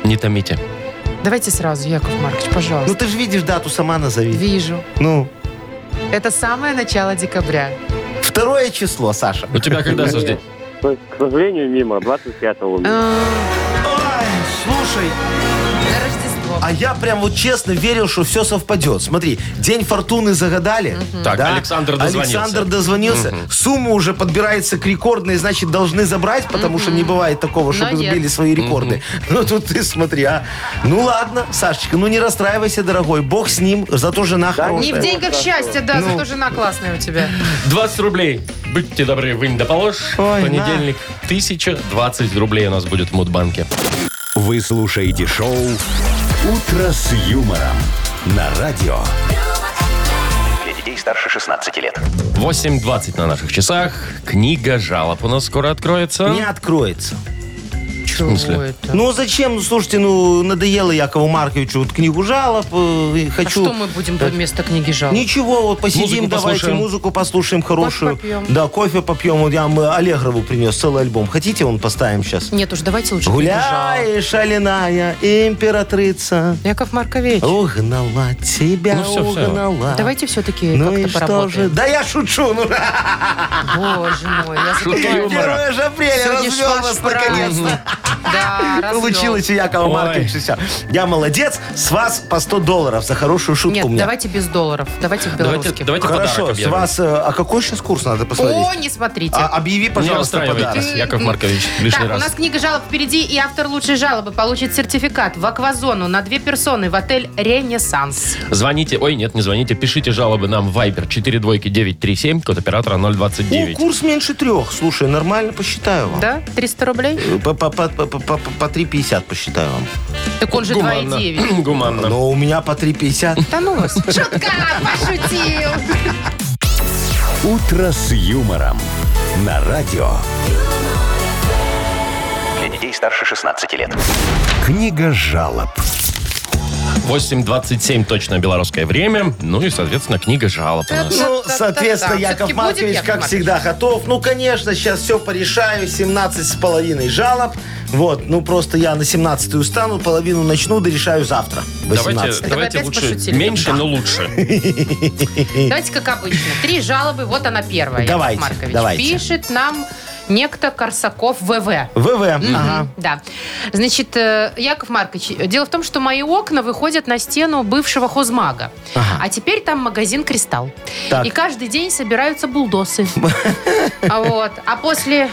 Speaker 2: Не томите.
Speaker 3: Давайте сразу, Яков Маркович,
Speaker 4: Ну
Speaker 3: пожалуйста.
Speaker 4: ты же видишь дату, сама назови.
Speaker 3: Вижу.
Speaker 4: Ну,
Speaker 3: Это самое начало декабря.
Speaker 4: второе число, Саша.
Speaker 2: У тебя когда, Саш, день?
Speaker 6: К к сожалению, мимо. 25-го.
Speaker 3: Э,
Speaker 6: мимо.
Speaker 4: Ой, слушай,
Speaker 3: На Рождество.
Speaker 4: а я прям вот честно верил, что все совпадет. Смотри, день фортуны загадали.
Speaker 2: Так, Александр дозвонился.
Speaker 4: Александр дозвонился. Сумма уже подбирается к рекордной, значит, должны забрать, потому что не бывает такого, чтобы
Speaker 3: нет.
Speaker 4: сбили свои рекорды. Ну, тут ты смотри, а. Ну, ладно, Сашечка, ну не расстраивайся, дорогой. Бог с ним, зато жена
Speaker 3: Не
Speaker 4: хорошая.
Speaker 3: в деньгах счастья, да,
Speaker 4: Ну.
Speaker 3: зато жена классная у тебя.
Speaker 2: 20 рублей. Будьте добры, вы не доположь.
Speaker 4: Ой,
Speaker 2: Понедельник. 1020 рублей у нас будет в Мудбанке.
Speaker 1: Вы слушаете шоу «Утро с юмором» на радио. Для детей старше 16 лет.
Speaker 2: 8.20 на наших часах. Книга жалоб у нас скоро откроется.
Speaker 4: Не откроется.
Speaker 3: Чего
Speaker 2: смысле?
Speaker 3: это?
Speaker 4: Ну зачем? Ну, Слушайте, ну надоело Якову Марковичу вот книгу жалоб. э, и
Speaker 3: А
Speaker 4: хочу.
Speaker 3: что мы будем вместо книги жалоб?
Speaker 4: Ничего, вот посидим,
Speaker 2: Музыку
Speaker 4: давайте
Speaker 2: послушаем.
Speaker 4: музыку послушаем хорошую.
Speaker 3: Кофе попьем.
Speaker 4: Да, кофе попьем. Вот я вам э, Аллегрову принес целый альбом. Хотите, он поставим сейчас?
Speaker 3: Нет уж, давайте лучше книгу жалоб.
Speaker 4: Гуляешь, шалиная императрица,
Speaker 3: Яков Маркович,
Speaker 4: угнала тебя,
Speaker 2: Ну всё, всё.
Speaker 4: угнала.
Speaker 3: давайте все-таки
Speaker 4: ну и
Speaker 3: как-то
Speaker 4: что же?
Speaker 3: поработаем.
Speaker 4: Да я шучу, ну
Speaker 3: Боже мой, я
Speaker 2: Шутка
Speaker 3: забыла.
Speaker 2: юмора.
Speaker 4: первое же апреля
Speaker 3: Сегодня ж
Speaker 4: развел
Speaker 3: ваш
Speaker 4: нас
Speaker 3: праздник.
Speaker 4: наконец-то.
Speaker 3: Да, развел.
Speaker 4: Получилось у Якова
Speaker 2: Ой.
Speaker 4: Марковича все. Я молодец, с вас по 100 долларов за хорошую шутку
Speaker 3: Нет,
Speaker 4: у меня.
Speaker 3: давайте без долларов. Давайте в
Speaker 2: Давайте,
Speaker 3: белорусских.
Speaker 2: давайте подарок
Speaker 4: Хорошо, с
Speaker 2: объявим.
Speaker 4: вас... э, А какой сейчас курс надо посмотреть?
Speaker 3: О, не смотрите.
Speaker 4: А, объяви,
Speaker 2: Не
Speaker 4: пожалуйста, подарок.
Speaker 2: расстраивайтесь, Яков Маркович, лишний
Speaker 3: так,
Speaker 2: раз.
Speaker 3: у нас книга жалоб впереди, и автор лучшей жалобы получит сертификат в аквазону на две персоны в отель «Ренессанс».
Speaker 2: Звоните, ой, нет, не звоните, пишите жалобы нам в Viber 42937, код оператора
Speaker 4: О,
Speaker 2: 029.
Speaker 4: курс меньше трех. Слушай, нормально посчитаю вам.
Speaker 3: Да? 300 рублей?
Speaker 4: Э, По, по, по, по, по, по 3,50 посчитаю вам.
Speaker 3: Так он же 2,9.
Speaker 2: Гуманно.
Speaker 4: Но у меня по 3,50.
Speaker 3: Да ну вас. Шутка, пошутил.
Speaker 1: «Утро с юмором» на радио.
Speaker 7: Для детей старше 16 лет.
Speaker 1: Книга жалоб.
Speaker 2: 8.27 точно белорусское время. Ну и, соответственно, книга жалоб у нас.
Speaker 4: Ну, соответственно,
Speaker 3: Всё-таки
Speaker 4: Яков
Speaker 3: будет,
Speaker 4: Маркович,
Speaker 3: Яков
Speaker 4: как
Speaker 3: Маркович?
Speaker 4: всегда, готов. Ну, конечно, сейчас все порешаю. 17 с половиной жалоб. Вот, ну просто я на 17 устану, половину начну, дорешаю завтра. 18.
Speaker 2: Давайте, давайте
Speaker 3: ну, опять
Speaker 2: лучше
Speaker 3: пошутили.
Speaker 2: меньше, но лучше.
Speaker 3: Давайте, как обычно, три жалобы. Вот она первая, Яков
Speaker 4: Давайте,
Speaker 3: Маркович.
Speaker 4: давайте.
Speaker 3: Пишет нам некто Корсаков ВВ.
Speaker 4: ВВ.
Speaker 3: Мгм,
Speaker 4: Ага.
Speaker 3: Да. Значит, э, Яков Маркович, дело в том, что мои окна выходят на стену бывшего хозмага. А теперь там магазин «Кристалл».
Speaker 4: Так.
Speaker 3: И каждый день собираются булдосы. А Вот. А после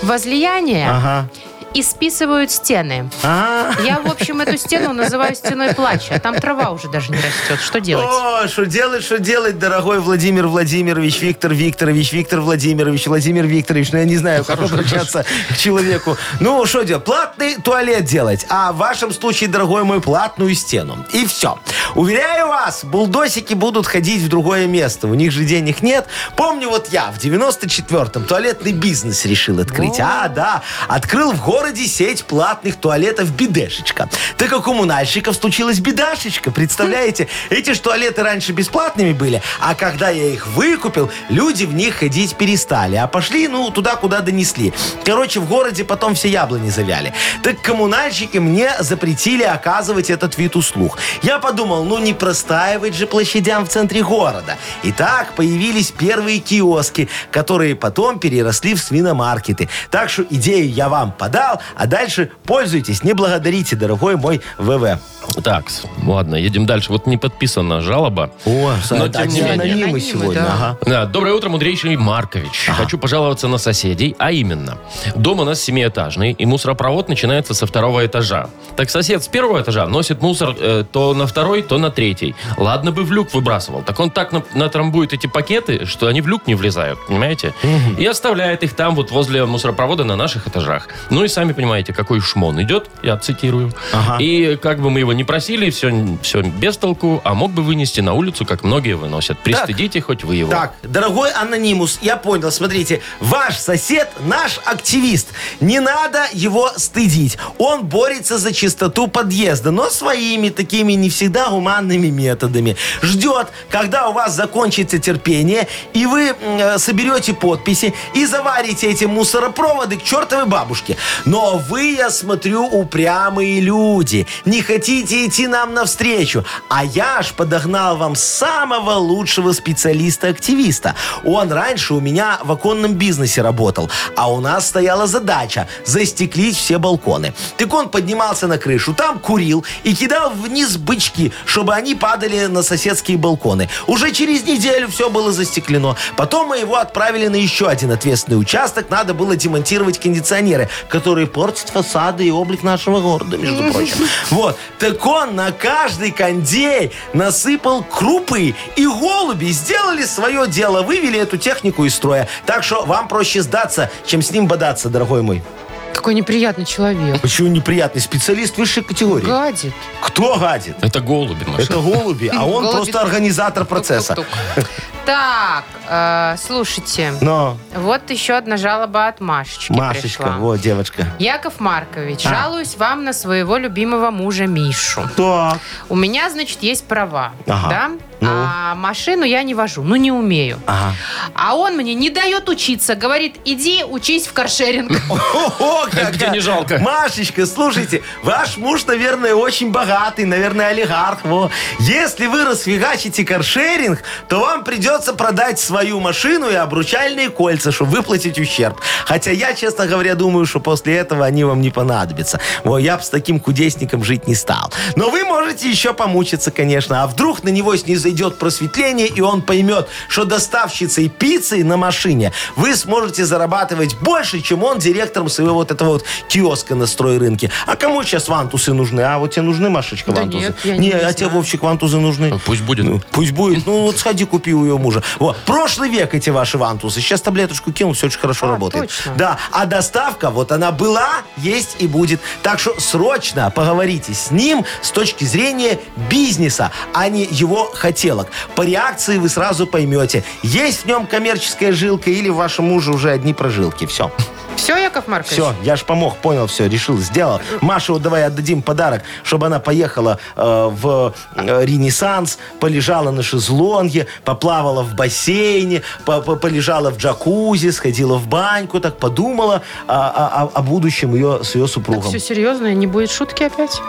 Speaker 3: возлияния
Speaker 4: Ага. А.
Speaker 3: и списывают стены.
Speaker 4: Ага.
Speaker 3: Я, в общем, эту стену называю стеной плача. а Там трава уже даже не растет. Что делать?
Speaker 4: О, что делать, что делать, дорогой Владимир Владимирович, Виктор Викторович, Виктор Владимирович, Владимир Викторович. Ну, я не знаю, как обращаться к человеку. Ну, что делать? Платный туалет делать. А в вашем случае, дорогой мой, платную стену. И все. Уверяю вас, булдосики будут ходить в другое место. У них же денег нет. Помню, вот я в 94-м туалетный бизнес решил открыть. А, да. Открыл в городе сеть платных туалетов «Бедешечка». Так как у коммунальщиков случилась бедашечка, представляете? Эти ж туалеты раньше бесплатными были, а когда я их выкупил, люди в них ходить перестали, а пошли, ну, туда, куда донесли. Короче, в городе потом все яблони завяли. Так коммунальщики мне запретили оказывать этот вид услуг. Я подумал, ну, не простаивать же площадям в центре города. И так появились первые киоски, которые потом переросли в свиномаркеты. Так что идею я вам подал, а дальше пользуйтесь, не благодарите, дорогой мой ВВ.
Speaker 2: Так, ладно, едем дальше. Вот не подписана жалоба.
Speaker 4: О,
Speaker 2: Но
Speaker 4: это
Speaker 2: тем не
Speaker 4: один
Speaker 2: менее.
Speaker 4: анонимы
Speaker 3: Анонимы,
Speaker 4: сегодня.
Speaker 3: да.
Speaker 4: Ага.
Speaker 2: Да, доброе утро, мудрейший Маркович. Хочу пожаловаться на соседей, а именно. Дом у нас семиэтажный, и мусоропровод начинается со второго этажа. Так сосед с первого этажа носит мусор э, то на второй, то на третий. Ладно бы в люк выбрасывал. Так он так на- натрамбует эти пакеты, что они в люк не влезают, понимаете? И оставляет их там, вот возле мусоропровода на наших этажах. Ну и сами понимаете, какой шмон идет, я цитирую. И как бы мы его не просили, все, все без толку, а мог бы вынести на улицу, как многие выносят. Пристыдите хоть вы его.
Speaker 4: Так, дорогой анонимус, я понял, смотрите, ваш сосед наш активист. Не надо его стыдить. Он борется за чистоту подъезда, но своими такими не всегда гуманными методами. Ждет, когда у вас закончится терпение, и вы м, э, соберете подписи и заварите эти мусоропроводы к чертовой бабушке. Но вы, я смотрю, упрямые люди. Не хотите идти нам навстречу. А я ж подогнал вам самого лучшего специалиста-активиста. Он раньше у меня в оконном бизнесе работал, а у нас стояла задача застеклить все балконы. Так он поднимался на крышу, там курил и кидал вниз бычки, чтобы они падали на соседские балконы. Уже через неделю все было застеклено. Потом мы его отправили на еще один ответственный участок. Надо было демонтировать кондиционеры, которые портят фасады и облик нашего города, между прочим. Вот. Так он на каждый кондей насыпал крупы и голуби. Сделали свое дело, вывели эту технику из строя. Так что вам проще сдаться, чем с ним бодаться, дорогой мой.
Speaker 3: Какой неприятный человек.
Speaker 4: Почему неприятный специалист высшей категории?
Speaker 3: Гадит.
Speaker 4: Кто гадит?
Speaker 2: Это голуби, Маша.
Speaker 4: Это голуби, а он
Speaker 3: Голуби.
Speaker 4: просто организатор процесса.
Speaker 3: Тук-тук-тук. Так, э, слушайте.
Speaker 4: Но,
Speaker 3: Вот еще одна жалоба от Машечки
Speaker 4: Машечка,
Speaker 3: пришла.
Speaker 4: вот А. девочка.
Speaker 3: Яков Маркович, жалуюсь вам на своего любимого мужа Мишу.
Speaker 4: Так.
Speaker 3: У меня, значит, есть права,
Speaker 4: Ага. Ну.
Speaker 3: да? а машину я не вожу, ну не умею.
Speaker 4: Ага.
Speaker 3: А он мне не дает учиться, говорит, иди учись в каршеринг.
Speaker 4: О,
Speaker 2: Это тебе не жалко.
Speaker 4: Машечка, слушайте, ваш муж, наверное, очень богатый, наверное, олигарх. Во. Если вы расфигачите каршеринг, то вам придется продать свою машину и обручальные кольца, чтобы выплатить ущерб. Хотя я, честно говоря, думаю, что после этого они вам не понадобятся. Во, я бы с таким кудесником жить не стал. Но вы можете еще помучиться, конечно. А вдруг на него снизойдет просветление, и он поймет, что доставщицей пиццы на машине вы сможете зарабатывать больше, чем он директором своего вот этого вот киоска на стройрынке. А кому сейчас вантусы нужны? А вот тебе нужны, Машечка,
Speaker 3: Да
Speaker 4: вантусы?
Speaker 3: нет, я не
Speaker 4: не, а
Speaker 3: знаю.
Speaker 4: тебе, Вовчик, вантузы нужны?
Speaker 2: Пусть будет.
Speaker 4: Ну, Пусть будет. Ну, вот сходи, купи у ее мужа. Вот. Прошлый век эти ваши вантусы. Сейчас таблеточку кинул, все очень хорошо
Speaker 3: А,
Speaker 4: работает.
Speaker 3: точно.
Speaker 4: Да. А доставка, вот она была, есть и будет. Так что срочно поговорите с ним с точки зрения бизнеса, а не его хотелок. По реакции вы сразу поймете, есть в нем коммерческая жилка или в вашем муже уже одни прожилки. Все.
Speaker 3: Все, Яков Маркович?
Speaker 4: Все, я ж помог, понял, все, решил, сделал. Маше вот давай отдадим подарок, чтобы она поехала э, в э, Ренессанс, полежала на шезлонге, поплавала в бассейне, по- по- полежала в джакузи, сходила в баньку, так подумала о, о- о будущем ее с ее
Speaker 3: Так
Speaker 4: супругом.
Speaker 3: все серьезно, не будет шутки опять?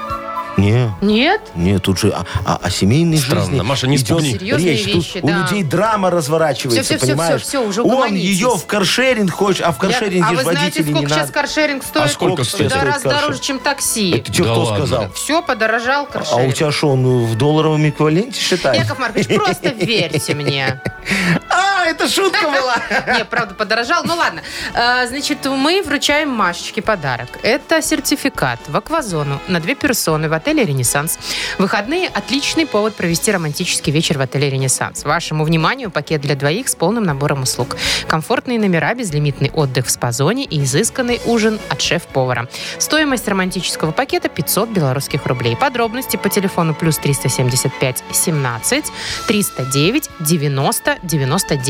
Speaker 4: Не,
Speaker 3: Нет?
Speaker 4: не, тут же о, о- о семейной
Speaker 2: Странно,
Speaker 4: жизни
Speaker 2: Маша, не
Speaker 4: идет
Speaker 2: спугни.
Speaker 3: Серьезные
Speaker 4: речь. Тут
Speaker 3: вещи,
Speaker 4: у
Speaker 3: да.
Speaker 4: людей драма разворачивается,
Speaker 3: Всё, всё, всё,
Speaker 4: понимаешь?
Speaker 3: всё, всё, уже
Speaker 4: Он
Speaker 3: угомонитесь.
Speaker 4: ее в каршеринг хочет, а в каршеринге
Speaker 3: а
Speaker 4: ж
Speaker 3: вы знаете,
Speaker 4: водителей не
Speaker 3: сколько
Speaker 4: надо. А
Speaker 3: сейчас каршеринг стоит?
Speaker 2: сколько
Speaker 3: в
Speaker 2: стоит
Speaker 3: два раза
Speaker 4: каршеринг?
Speaker 3: дороже, чем такси.
Speaker 4: Это тебе
Speaker 2: Да
Speaker 4: кто
Speaker 2: ладно.
Speaker 4: сказал?
Speaker 3: Все подорожал
Speaker 4: А
Speaker 3: каршеринг.
Speaker 4: у тебя что, он в долларовом эквиваленте считает?
Speaker 3: Яков Маркович, просто верьте мне.
Speaker 4: А, это шутка была.
Speaker 3: Не, правда, подорожал. Ну ладно. Э, Значит, мы вручаем Машечке подарок. Это сертификат в аквазону на две персоны в отеле «Ренессанс». Выходные – отличный повод провести романтический вечер в отеле «Ренессанс». Вашему вниманию пакет для двоих с полным набором услуг. Комфортные номера, безлимитный отдых в спа-зоне и изысканный ужин от шеф-повара. Стоимость романтического пакета 500 белорусских рублей. Подробности по телефону плюс 375 17 309 90 99.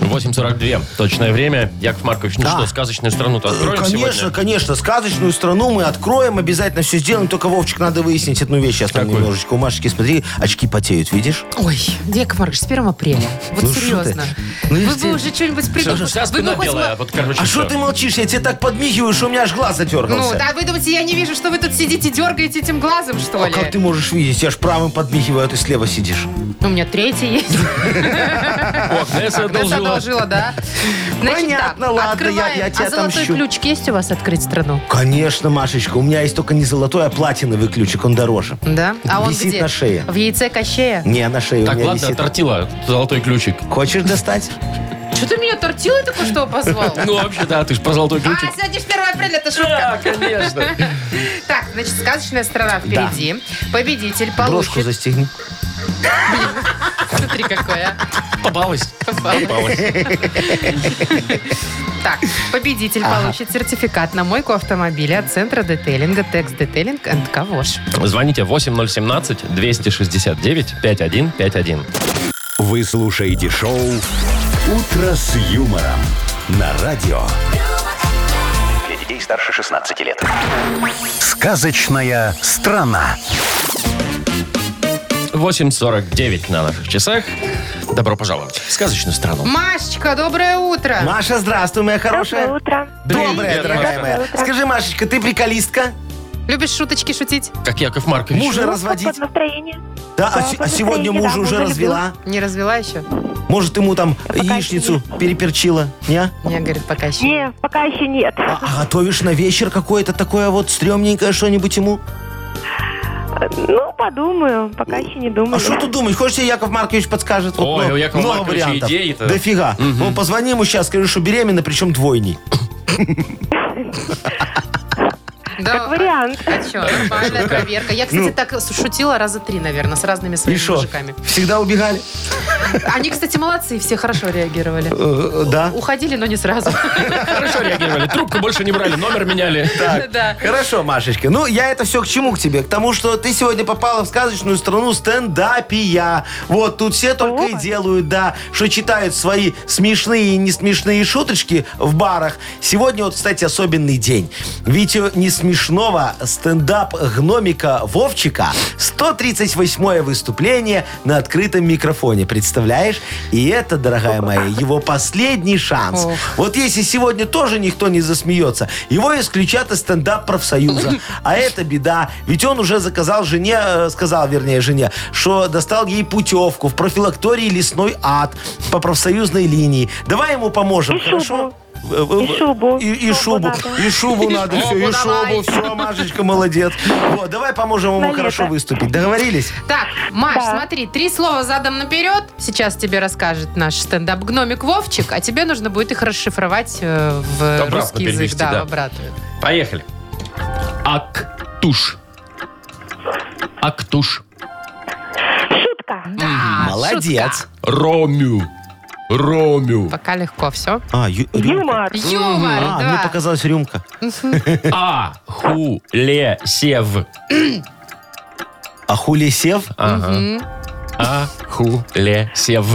Speaker 2: 8.42. Точное время. Яков Маркович, ну
Speaker 4: Да.
Speaker 2: что, сказочную страну-то откроем
Speaker 4: Конечно,
Speaker 2: сегодня?
Speaker 4: конечно. Сказочную страну мы откроем, обязательно все сделаем. Только, Вовчик, надо выяснить одну вещь сейчас там
Speaker 2: Какую?
Speaker 4: немножечко. У Машечки, смотри, очки потеют, видишь?
Speaker 3: Ой, Яков Маркович, с 1 апреля. Вот
Speaker 4: Ну,
Speaker 3: серьезно.
Speaker 4: что ты? Ну,
Speaker 3: Вы
Speaker 4: если-
Speaker 3: бы уже что-нибудь придумали.
Speaker 2: Вся
Speaker 3: Вы бы
Speaker 2: спина
Speaker 3: хоть
Speaker 2: белая,
Speaker 3: мо-
Speaker 2: вот, короче,
Speaker 4: А
Speaker 2: всё.
Speaker 4: что ты молчишь? Я тебе так подмигиваю, что у меня аж глаз
Speaker 3: Ну,
Speaker 4: задергался.
Speaker 3: да вы думаете, я не вижу, что вы тут сидите, дергаете этим глазом, что
Speaker 4: А
Speaker 3: ли?
Speaker 4: как ты можешь видеть? Я ж правым подмигиваю, а ты слева сидишь.
Speaker 3: У меня Ну, третий есть.
Speaker 2: О, Агнеса
Speaker 3: Нас
Speaker 2: одолжила.
Speaker 3: одолжила, да? Значит,
Speaker 4: Понятно,
Speaker 3: так,
Speaker 4: ладно,
Speaker 3: открываем.
Speaker 4: я- я тебя
Speaker 3: А золотой
Speaker 4: отомщу.
Speaker 3: ключ есть у вас открыть страну?
Speaker 4: Конечно, Машечка, у меня есть только не золотой, а платиновый ключик, он дороже.
Speaker 3: Да? А он
Speaker 4: Висит
Speaker 3: где?
Speaker 4: на шее.
Speaker 3: В яйце кощея?
Speaker 4: Не, на шее у
Speaker 2: Так,
Speaker 4: меня
Speaker 2: ладно,
Speaker 4: висит.
Speaker 2: тортила золотой ключик.
Speaker 4: Хочешь достать? Ну.
Speaker 3: Что ты меня тортилой только что позвал?
Speaker 2: Ну, вообще, да, ты же про золотой
Speaker 3: А,
Speaker 2: ключик.
Speaker 3: сегодня ж 1 апреля, это шутка.
Speaker 2: конечно.
Speaker 3: Так, значит, сказочная страна впереди. Победитель
Speaker 4: Брошку
Speaker 3: получит...
Speaker 4: застегни.
Speaker 3: Смотри, какое. а.
Speaker 2: Попалась.
Speaker 3: Так, победитель получит сертификат на мойку автомобиля от центра детейлинга Текс Детейлинг and Кавош.
Speaker 2: Звоните 8017-269-5151.
Speaker 1: вы слушаете шоу «Утро с юмором». На радио
Speaker 7: Для детей старше 16 лет.
Speaker 1: «Сказочная страна».
Speaker 2: 8.49 на наших часах. Добро пожаловать в сказочную страну.
Speaker 3: Машечка, доброе утро.
Speaker 4: Маша, здравствуй, моя хорошая.
Speaker 5: Доброе утро. Ну,
Speaker 4: Доброе,
Speaker 2: Привет,
Speaker 4: дорогая
Speaker 2: Маша.
Speaker 4: моя. Скажи, Машечка, ты приколистка?
Speaker 3: Любишь шуточки шутить?
Speaker 2: Как Яков Маркович.
Speaker 4: Мужа
Speaker 5: Ну,
Speaker 4: разводить?
Speaker 5: Под настроение.
Speaker 4: Да, а,
Speaker 5: Да,
Speaker 4: се-
Speaker 5: под
Speaker 4: а сегодня
Speaker 5: настроение,
Speaker 4: мужа
Speaker 5: да,
Speaker 4: уже
Speaker 5: мужа
Speaker 4: развела?
Speaker 3: Не развела еще?
Speaker 4: Может, ему там
Speaker 5: Да пока
Speaker 4: яичницу
Speaker 5: еще
Speaker 4: переперчила? Не?
Speaker 3: Не, говорит, пока еще.
Speaker 5: Не, пока еще нет.
Speaker 4: А, а готовишь на вечер какое-то такое вот стрёмненькое что-нибудь ему?
Speaker 5: Ну, подумаю. Пока еще не думаю.
Speaker 4: А что тут думать? Хочешь, тебе Яков Маркович подскажет? Вот,
Speaker 2: Ой,
Speaker 4: ну,
Speaker 2: у Якова
Speaker 4: много
Speaker 2: Марковича
Speaker 4: вариантов.
Speaker 2: идеи-то.
Speaker 4: Дофига. Ну, позвони ему сейчас, скажи, что беременна, причем двойней.
Speaker 3: Да,
Speaker 5: Как вариант.
Speaker 3: А что, нормальная проверка. Я, кстати, так шутила раза три, наверное, с разными
Speaker 4: Ну. И
Speaker 3: своими
Speaker 4: шо?
Speaker 3: мужиками.
Speaker 4: Всегда убегали?
Speaker 3: Они, кстати, молодцы, все хорошо реагировали.
Speaker 4: Э, Да.
Speaker 3: Уходили, но не сразу.
Speaker 2: Хорошо реагировали. Трубку больше не брали, номер меняли.
Speaker 3: Да.
Speaker 4: Хорошо, Машечка. Ну, я это все к чему к тебе? К тому, что ты сегодня попала в сказочную страну стендапия. Вот, тут все только и делают, да, что читают свои смешные и не смешные шуточки в барах. Сегодня вот, кстати, особенный день. Ведь э, не смешного стендап-гномика Вовчика 138-е выступление на открытом микрофоне. Представляешь? И это, дорогая моя, его последний шанс.
Speaker 3: Ох.
Speaker 4: Вот если сегодня тоже никто не засмеется, его исключат из стендап профсоюза. А это беда. Ведь он уже заказал жене, э, сказал, вернее, жене, что достал ей путевку в профилактории «Лесной ад» по профсоюзной линии. Давай ему поможем,
Speaker 5: И
Speaker 4: хорошо?
Speaker 5: шубу.
Speaker 4: Э, э,
Speaker 5: И шубу.
Speaker 4: И, и шубу.
Speaker 5: Шубу надо.
Speaker 4: И шубу надо. Все,
Speaker 3: шубу
Speaker 4: и
Speaker 3: давай.
Speaker 4: шубу. Все, Машечка, молодец. Вот, давай поможем ему
Speaker 5: На
Speaker 4: хорошо
Speaker 5: лето.
Speaker 4: выступить. Договорились?
Speaker 3: Так, Маш,
Speaker 5: Да.
Speaker 3: смотри, три слова задом наперед. Сейчас тебе расскажет наш стендап-гномик Вовчик, а тебе нужно будет их расшифровать э, в
Speaker 2: Обратно
Speaker 3: русский язык.
Speaker 2: перевести, да.
Speaker 3: Да, обратно.
Speaker 2: Поехали. Актуш. Актуш.
Speaker 5: Шутка.
Speaker 3: Да,
Speaker 4: Молодец.
Speaker 3: А, шутка.
Speaker 2: Ромю. Ромю.
Speaker 3: Пока легко все.
Speaker 4: А, ю- рюмка.
Speaker 5: Юмор.
Speaker 3: Юмор,
Speaker 4: А, мне
Speaker 3: да.
Speaker 4: показалась рюмка.
Speaker 2: А. Ху. Ле. Сев.
Speaker 4: А хули сев?
Speaker 2: Ага. А. Ху. Ле. Сев.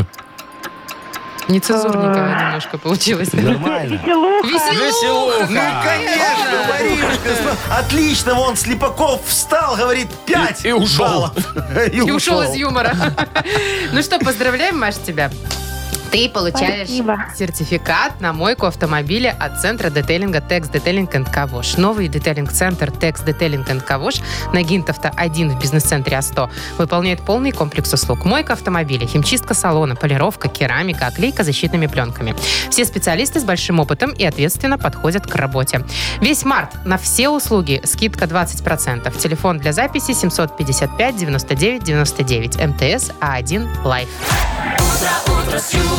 Speaker 3: Нецензурненько немножко получилось.
Speaker 4: Нормально.
Speaker 5: Веселуха.
Speaker 3: Веселуха.
Speaker 4: Ну, конечно, Маришка. см- Отлично, вон Слепаков встал, говорит, 5
Speaker 2: И- и ушел.
Speaker 4: И
Speaker 3: И ушел из
Speaker 4: ушел.
Speaker 3: юмора. Ну что, поздравляем, Маш, тебя. Ты получаешь
Speaker 5: Спасибо.
Speaker 3: сертификат на мойку автомобиля от центра детейлинга Текс Детейлинг энд Кавош. Новый детейлинг-центр Текс Детейлинг энд Кавош на Гинтовта 1 в бизнес-центре А100 выполняет полный комплекс услуг. Мойка автомобиля, химчистка салона, полировка, керамика, оклейка защитными пленками. Все специалисты с большим опытом и ответственно подходят к работе. Весь март на все услуги скидка 20%. Телефон для записи 755 99 99 МТС А1 Лайф.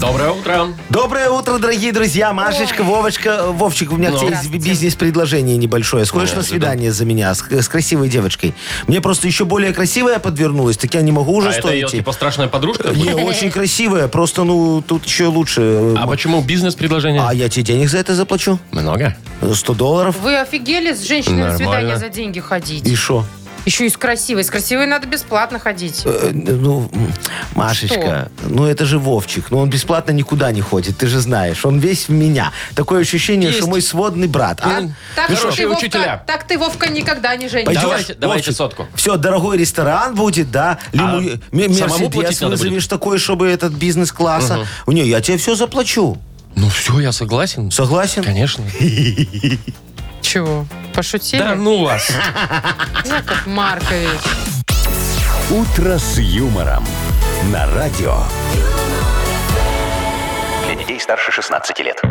Speaker 2: Доброе утро.
Speaker 4: Доброе утро, дорогие друзья. Машечка, Вовочка, э, Вовчик, у меня к тебе есть
Speaker 3: Здравствуйте.
Speaker 4: бизнес-предложение небольшое. Сходишь на свидание за меня с, с красивой девочкой? Мне просто еще более красивая подвернулась, так я не могу уже
Speaker 2: а это ее
Speaker 4: стоить. ей.
Speaker 2: типа страшная подружка?
Speaker 4: Не, очень красивая, просто, ну, тут еще лучше. э,
Speaker 2: А
Speaker 4: м-
Speaker 2: почему бизнес-предложение?
Speaker 4: а я тебе денег за это заплачу?
Speaker 2: Много.
Speaker 4: 100 долларов.
Speaker 3: Вы офигели с женщиной на
Speaker 2: Нормально.
Speaker 3: свидание за деньги ходить?
Speaker 4: И шо?
Speaker 3: Еще и с красивой. С красивой надо бесплатно ходить.
Speaker 4: Э, Ну, м, Машечка, ну это же Вовчик. Ну он бесплатно никуда не ходит, ты же знаешь. Он весь в меня. Такое ощущение,
Speaker 2: Есть. Ну,
Speaker 4: что мой сводный брат. А?
Speaker 2: М,
Speaker 3: Так что
Speaker 2: Хорошие
Speaker 3: ты, Вовка,
Speaker 2: учителя.
Speaker 3: так ты, Вовка, никогда не женишься.
Speaker 4: Пойдем.
Speaker 2: Давайте,
Speaker 4: Вовчик.
Speaker 2: давайте сотку.
Speaker 4: Все, дорогой ресторан будет, да?
Speaker 2: А
Speaker 4: Лиму... м- Мерседес
Speaker 2: самому платить надо
Speaker 4: вызовешь
Speaker 2: будет?
Speaker 4: такой, чтобы этот бизнес-класса. Не, я тебе все заплачу.
Speaker 2: Ну все, я согласен.
Speaker 4: Согласен?
Speaker 2: Конечно.
Speaker 3: Чего? Пошутили?
Speaker 2: Да ну вас.
Speaker 3: Яков Маркович.
Speaker 1: «Утро с юмором» на радио.
Speaker 7: Для детей старше 16 лет.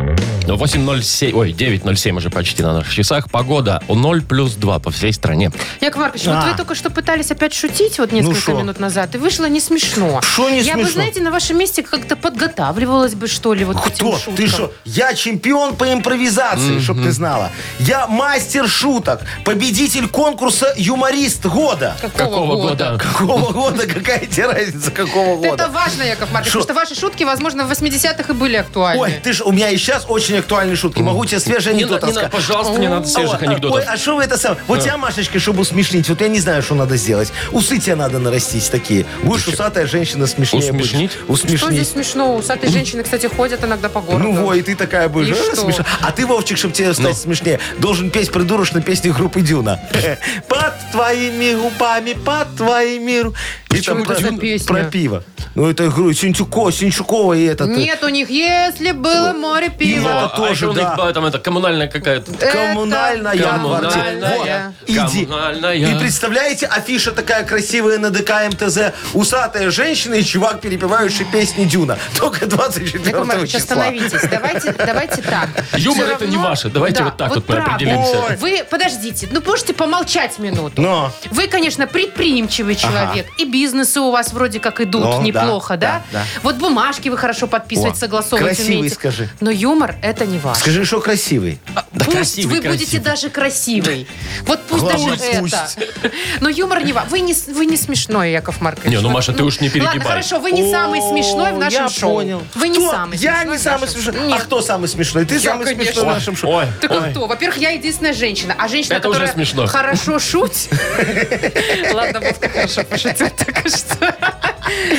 Speaker 2: Ну, 8.07, ой, 9.07 уже почти на наших часах. Погода 0 плюс 2 по всей стране.
Speaker 3: Яков Маркович, вот
Speaker 4: А. Ну
Speaker 3: вы только что пытались опять шутить вот несколько
Speaker 4: шо?
Speaker 3: минут назад, и вышло не смешно.
Speaker 4: Шо не
Speaker 3: Я бы,
Speaker 4: смешно?
Speaker 3: знаете, на вашем месте как-то подготавливалась бы, что ли, вот к этим
Speaker 4: Кто? Ты
Speaker 3: шуткам.
Speaker 4: что? Я чемпион по импровизации, чтоб ты знала. Я мастер шуток, победитель конкурса юморист года.
Speaker 2: Какого года?
Speaker 4: Какого года? Какая тебе разница, какого года?
Speaker 3: Это важно, Яков Маркович,
Speaker 4: Шо?
Speaker 3: потому что ваши шутки, возможно, в 80-х и были актуальны.
Speaker 4: Ой, ты ж, у меня и сейчас очень актуальные шутки. Могу тебе свежий
Speaker 2: Не,
Speaker 4: анекдот
Speaker 2: на- не надо,
Speaker 4: рассказать.
Speaker 2: пожалуйста, не надо свежих
Speaker 4: О,
Speaker 2: анекдотов.
Speaker 4: Ой, а что вы это сам? Вот тебя, Машечка, чтобы усмешнить, вот я не знаю, что надо сделать. Усы тебе надо нарастить такие. Будешь усатая женщина смешнее. будешь.
Speaker 2: Усмешнить?
Speaker 3: Что
Speaker 4: Усмешнить.
Speaker 3: здесь смешно? Усатые женщины, кстати, ходят иногда по городу.
Speaker 4: Ну во, и ты такая будешь.
Speaker 3: И
Speaker 4: а,
Speaker 3: что?
Speaker 4: смешно. А ты, Вовчик, чтобы тебе стать смешнее, должен петь придурочно песни группы Дюна. Под твоими губами, под твоими... ру- И
Speaker 3: Почему
Speaker 4: там
Speaker 3: это
Speaker 4: про-
Speaker 3: за песня?
Speaker 4: Про пиво. Ну, это гру- Синчуко, Синчукова и этот... э,
Speaker 3: Нет у них, если было море
Speaker 4: Ну,
Speaker 3: пива.
Speaker 4: это
Speaker 2: а
Speaker 4: тоже,
Speaker 2: еще у них,
Speaker 4: да.
Speaker 2: а, там это коммунальная какая-то.
Speaker 4: Коммунальная
Speaker 3: Это
Speaker 4: квартира.
Speaker 3: коммунальная.
Speaker 4: Вот, иди.
Speaker 2: Коммунальная.
Speaker 4: И представляете, афиша такая красивая на ДК МТЗ. Усатая женщина и чувак, перепевающий песни Дюна. Только 24
Speaker 3: Яков Маркович,
Speaker 4: числа.
Speaker 3: остановитесь. Давайте, давайте так.
Speaker 2: Юмор
Speaker 3: Всё
Speaker 2: это не
Speaker 3: равно-
Speaker 2: ваше. Давайте вот так вот мы
Speaker 3: правда.
Speaker 2: определимся.
Speaker 4: Ой.
Speaker 3: Вы подождите, ну можете помолчать минуту. работу.
Speaker 4: Но.
Speaker 3: Вы, конечно, предприимчивый человек, и бизнесы у вас вроде как идут
Speaker 4: Ну, да,
Speaker 3: неплохо, да,
Speaker 4: да, да.
Speaker 3: Вот бумажки вы хорошо подписывать,
Speaker 4: О,
Speaker 3: согласовывать
Speaker 4: красивый
Speaker 3: умеете.
Speaker 4: скажи.
Speaker 3: Но юмор это не ваш.
Speaker 4: Скажи, что красивый.
Speaker 3: пусть
Speaker 2: красивый,
Speaker 3: вы будете
Speaker 2: красивый.
Speaker 3: даже красивый. Вот пусть
Speaker 4: Главное,
Speaker 3: даже
Speaker 4: пусть.
Speaker 3: это. Но юмор не ваш. Вы не, с- вы не смешной, Яков Маркович.
Speaker 2: Не, ну, Маша, ты уж не перегибай.
Speaker 3: Ладно, хорошо, вы не самый
Speaker 4: О,
Speaker 3: смешной в нашем
Speaker 4: я
Speaker 3: шоу.
Speaker 4: понял.
Speaker 3: Вы не
Speaker 4: Кто?
Speaker 3: самый
Speaker 4: Я
Speaker 3: смешной
Speaker 4: не
Speaker 3: в
Speaker 4: самый
Speaker 3: нашем
Speaker 4: смешной.
Speaker 3: Нет.
Speaker 4: А кто самый смешной? Ты самый
Speaker 3: конечно.
Speaker 4: смешной в нашем шоу.
Speaker 2: Ой,
Speaker 3: Так а
Speaker 2: ой.
Speaker 3: кто? Во-первых, я единственная женщина. А женщина,
Speaker 2: Это уже
Speaker 3: которая
Speaker 2: смешно.
Speaker 3: хорошо шутит... Ладно, Вовка хорошо пошутил только что.